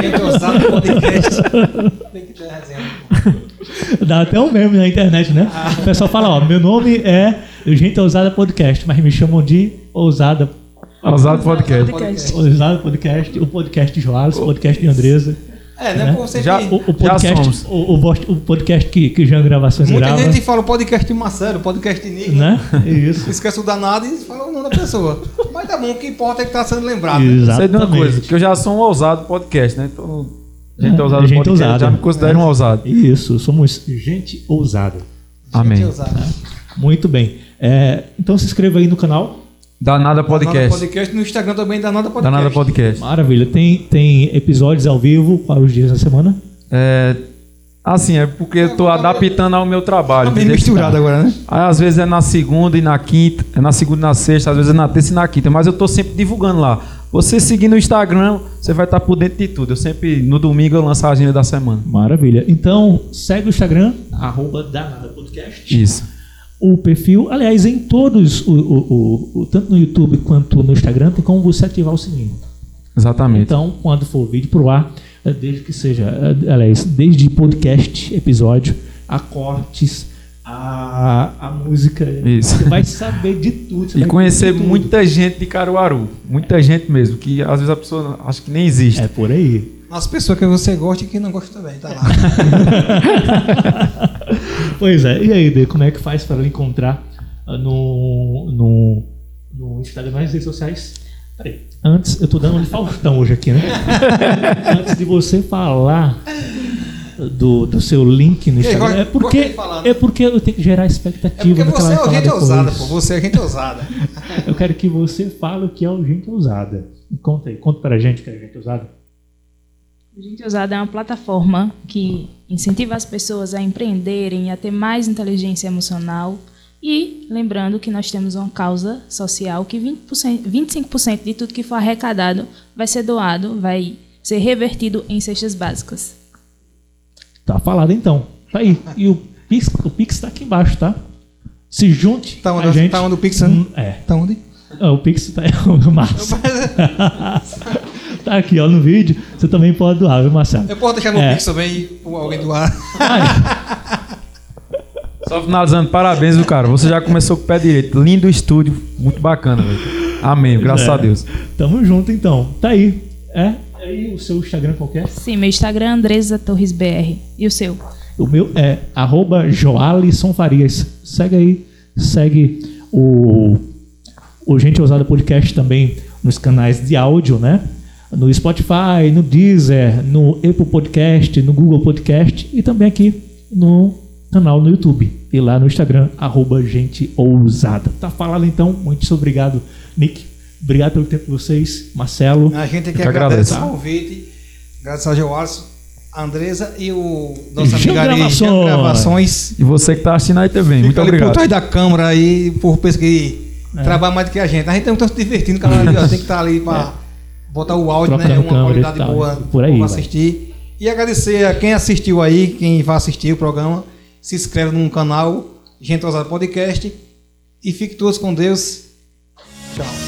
Speaker 4: Gente, Ousado Podcast. Tem que ter resenha. né?
Speaker 1: Dá até um meme na internet, né? O pessoal fala, ó, meu nome é Gente Ousada Podcast, mas me chamam de Ousada,
Speaker 3: Ousado podcast.
Speaker 4: Podcast.
Speaker 1: Ousada Podcast, o podcast de Joales, o podcast de Andresa.
Speaker 4: É, né?
Speaker 1: Né?
Speaker 4: Por você
Speaker 3: Já-
Speaker 4: que-
Speaker 1: O, o
Speaker 3: Já
Speaker 1: podcast,
Speaker 3: somos.
Speaker 1: o, o bost- o podcast que, que Jean Gravações
Speaker 4: Muita
Speaker 1: grava,
Speaker 3: né?
Speaker 4: gente fala o podcast de Marcelo, o podcast de Nick.
Speaker 1: né? Isso.
Speaker 4: Esquece o danado e fala o nome da pessoa. Mas tá bom, o que importa é que tá sendo lembrado. né?
Speaker 1: Exatamente.
Speaker 3: Sei é de uma coisa, que eu já sou um ousado podcast, né? Então, gente
Speaker 1: É,
Speaker 3: ousada
Speaker 1: gente
Speaker 3: podcast,
Speaker 1: ousada.
Speaker 3: já me considero um ousado.
Speaker 1: Isso, somos gente ousada.
Speaker 4: Gente é
Speaker 3: Amém.
Speaker 4: ousada.
Speaker 1: Muito bem. É, então se inscreva aí no canal.
Speaker 3: Danada
Speaker 4: Danada
Speaker 3: podcast.
Speaker 4: podcast. No Instagram também, Danada Podcast.
Speaker 3: Danada podcast.
Speaker 1: Maravilha. Tem, tem episódios ao vivo para os dias da semana.
Speaker 3: É, assim, é porque eu tô adaptando ao meu trabalho.
Speaker 4: Tá bem
Speaker 3: entendeu?
Speaker 4: misturado agora, né?
Speaker 3: Aí, às vezes é na segunda e na quinta, é na segunda e na sexta, às vezes é na terça e na quinta, mas eu tô sempre divulgando lá. Você seguindo o Instagram, você vai estar por dentro de tudo. Eu sempre, no domingo, eu lanço a agenda da semana.
Speaker 1: Maravilha. Então segue o Instagram, arroba danada podcast.
Speaker 3: Isso.
Speaker 1: o perfil. Aliás, em todos, o, o- o- o- tanto no YouTube quanto no Instagram, tem como você ativar o sininho.
Speaker 3: Exatamente.
Speaker 1: Então, quando for o vídeo pro ar, eh, desde que seja, eh, aliás, desde podcast, episódio, a cortes, a, a música,
Speaker 3: Isso.
Speaker 1: você vai saber de tudo. você
Speaker 3: E
Speaker 1: vai
Speaker 3: conhecer
Speaker 1: de tudo.
Speaker 3: muita gente de Caruaru. Muita gente mesmo, que às vezes a pessoa acha que nem existe.
Speaker 1: É por aí.
Speaker 4: As pessoas que você gosta e que não gosta também, tá lá.
Speaker 1: Pois é. E aí, Dê, como é que faz para lhe encontrar ah, no, no, no Instagram, nas redes sociais? Peraí. Antes, eu tô dando um Faustão hoje aqui, né? Antes de você falar do, do seu link no
Speaker 4: E aí,
Speaker 1: Instagram, é
Speaker 4: gosta- gosta
Speaker 1: porque,
Speaker 4: de falar, né?
Speaker 1: é porque eu tenho que gerar
Speaker 4: É
Speaker 1: expectativa.
Speaker 4: porque
Speaker 1: do que
Speaker 4: você
Speaker 1: ela vai
Speaker 4: é
Speaker 1: falar
Speaker 4: gente
Speaker 1: depois.
Speaker 4: ousada, pô. Você é gente ousada.
Speaker 1: Eu quero que você fale o que é o Gente Ousada. Conta aí, conta pra gente o que é Gente Ousada.
Speaker 2: O Gente Ousada é uma plataforma que incentiva as pessoas a empreenderem, a ter mais inteligência emocional, E lembrando que nós temos uma causa social que 20%, 25% de tudo que for arrecadado vai ser doado, vai ser revertido em cestas básicas.
Speaker 1: Tá falado então. Tá aí. E o Pix, o Pix tá aqui embaixo, tá? Se junte
Speaker 4: Tá onde,
Speaker 1: a gente.
Speaker 4: tá onde o Pix, né?
Speaker 1: Hum, É.
Speaker 4: Tá onde?
Speaker 1: Ah, O Pix tá aí, o Márcio. tá aqui, ó, no vídeo. Você também pode doar, viu, Marcelo?
Speaker 4: Eu posso deixar meu
Speaker 1: É.
Speaker 4: Pix também com alguém do ar.
Speaker 3: Só finalizando, parabéns do cara. Você já começou com o pé direito. Lindo estúdio, muito bacana, velho. Amém, graças
Speaker 1: É.
Speaker 3: a Deus.
Speaker 1: Tamo junto, então. Tá aí. É? Aí o seu Instagram qualquer?
Speaker 2: Sim, meu Instagram é Andresa Torres BR. E o seu?
Speaker 1: O meu é arroba Joalisson Farias. Segue aí, segue o, o Gente Ousada Podcast também nos canais de áudio, né? No Spotify, no Deezer, no Apple Podcast, no Google Podcast e também aqui no canal no YouTube e lá no Instagram, arroba Gente Ousada. Tá falado então, muito obrigado, Nick. Obrigado pelo tempo de vocês, Marcelo.
Speaker 4: A gente
Speaker 3: que
Speaker 4: quer
Speaker 3: agradeço.
Speaker 4: agradecer o convite. Graças a Joarson, a Andresa e o nosso amigo
Speaker 1: Jean
Speaker 4: ali,
Speaker 1: Gravações.
Speaker 4: Jean Gravações.
Speaker 3: E você que tá assistindo aí também, muito
Speaker 4: Fica ali por
Speaker 3: obrigado.
Speaker 4: trás da câmera aí, por pensa que
Speaker 1: É.
Speaker 4: trabalha mais do que a gente. A gente tá se divertindo, cara ali, ó, tem que estar ali pra botar o áudio, né?
Speaker 1: Trocando
Speaker 4: Uma
Speaker 1: É. câmera e
Speaker 4: qualidade
Speaker 1: tal,
Speaker 4: boa
Speaker 1: por aí,
Speaker 4: pra
Speaker 1: vai.
Speaker 4: assistir. E agradecer a quem assistiu aí, quem vai assistir o programa. Se inscreve no canal, Gente Ousada Podcast. E fique todos com Deus. Tchau.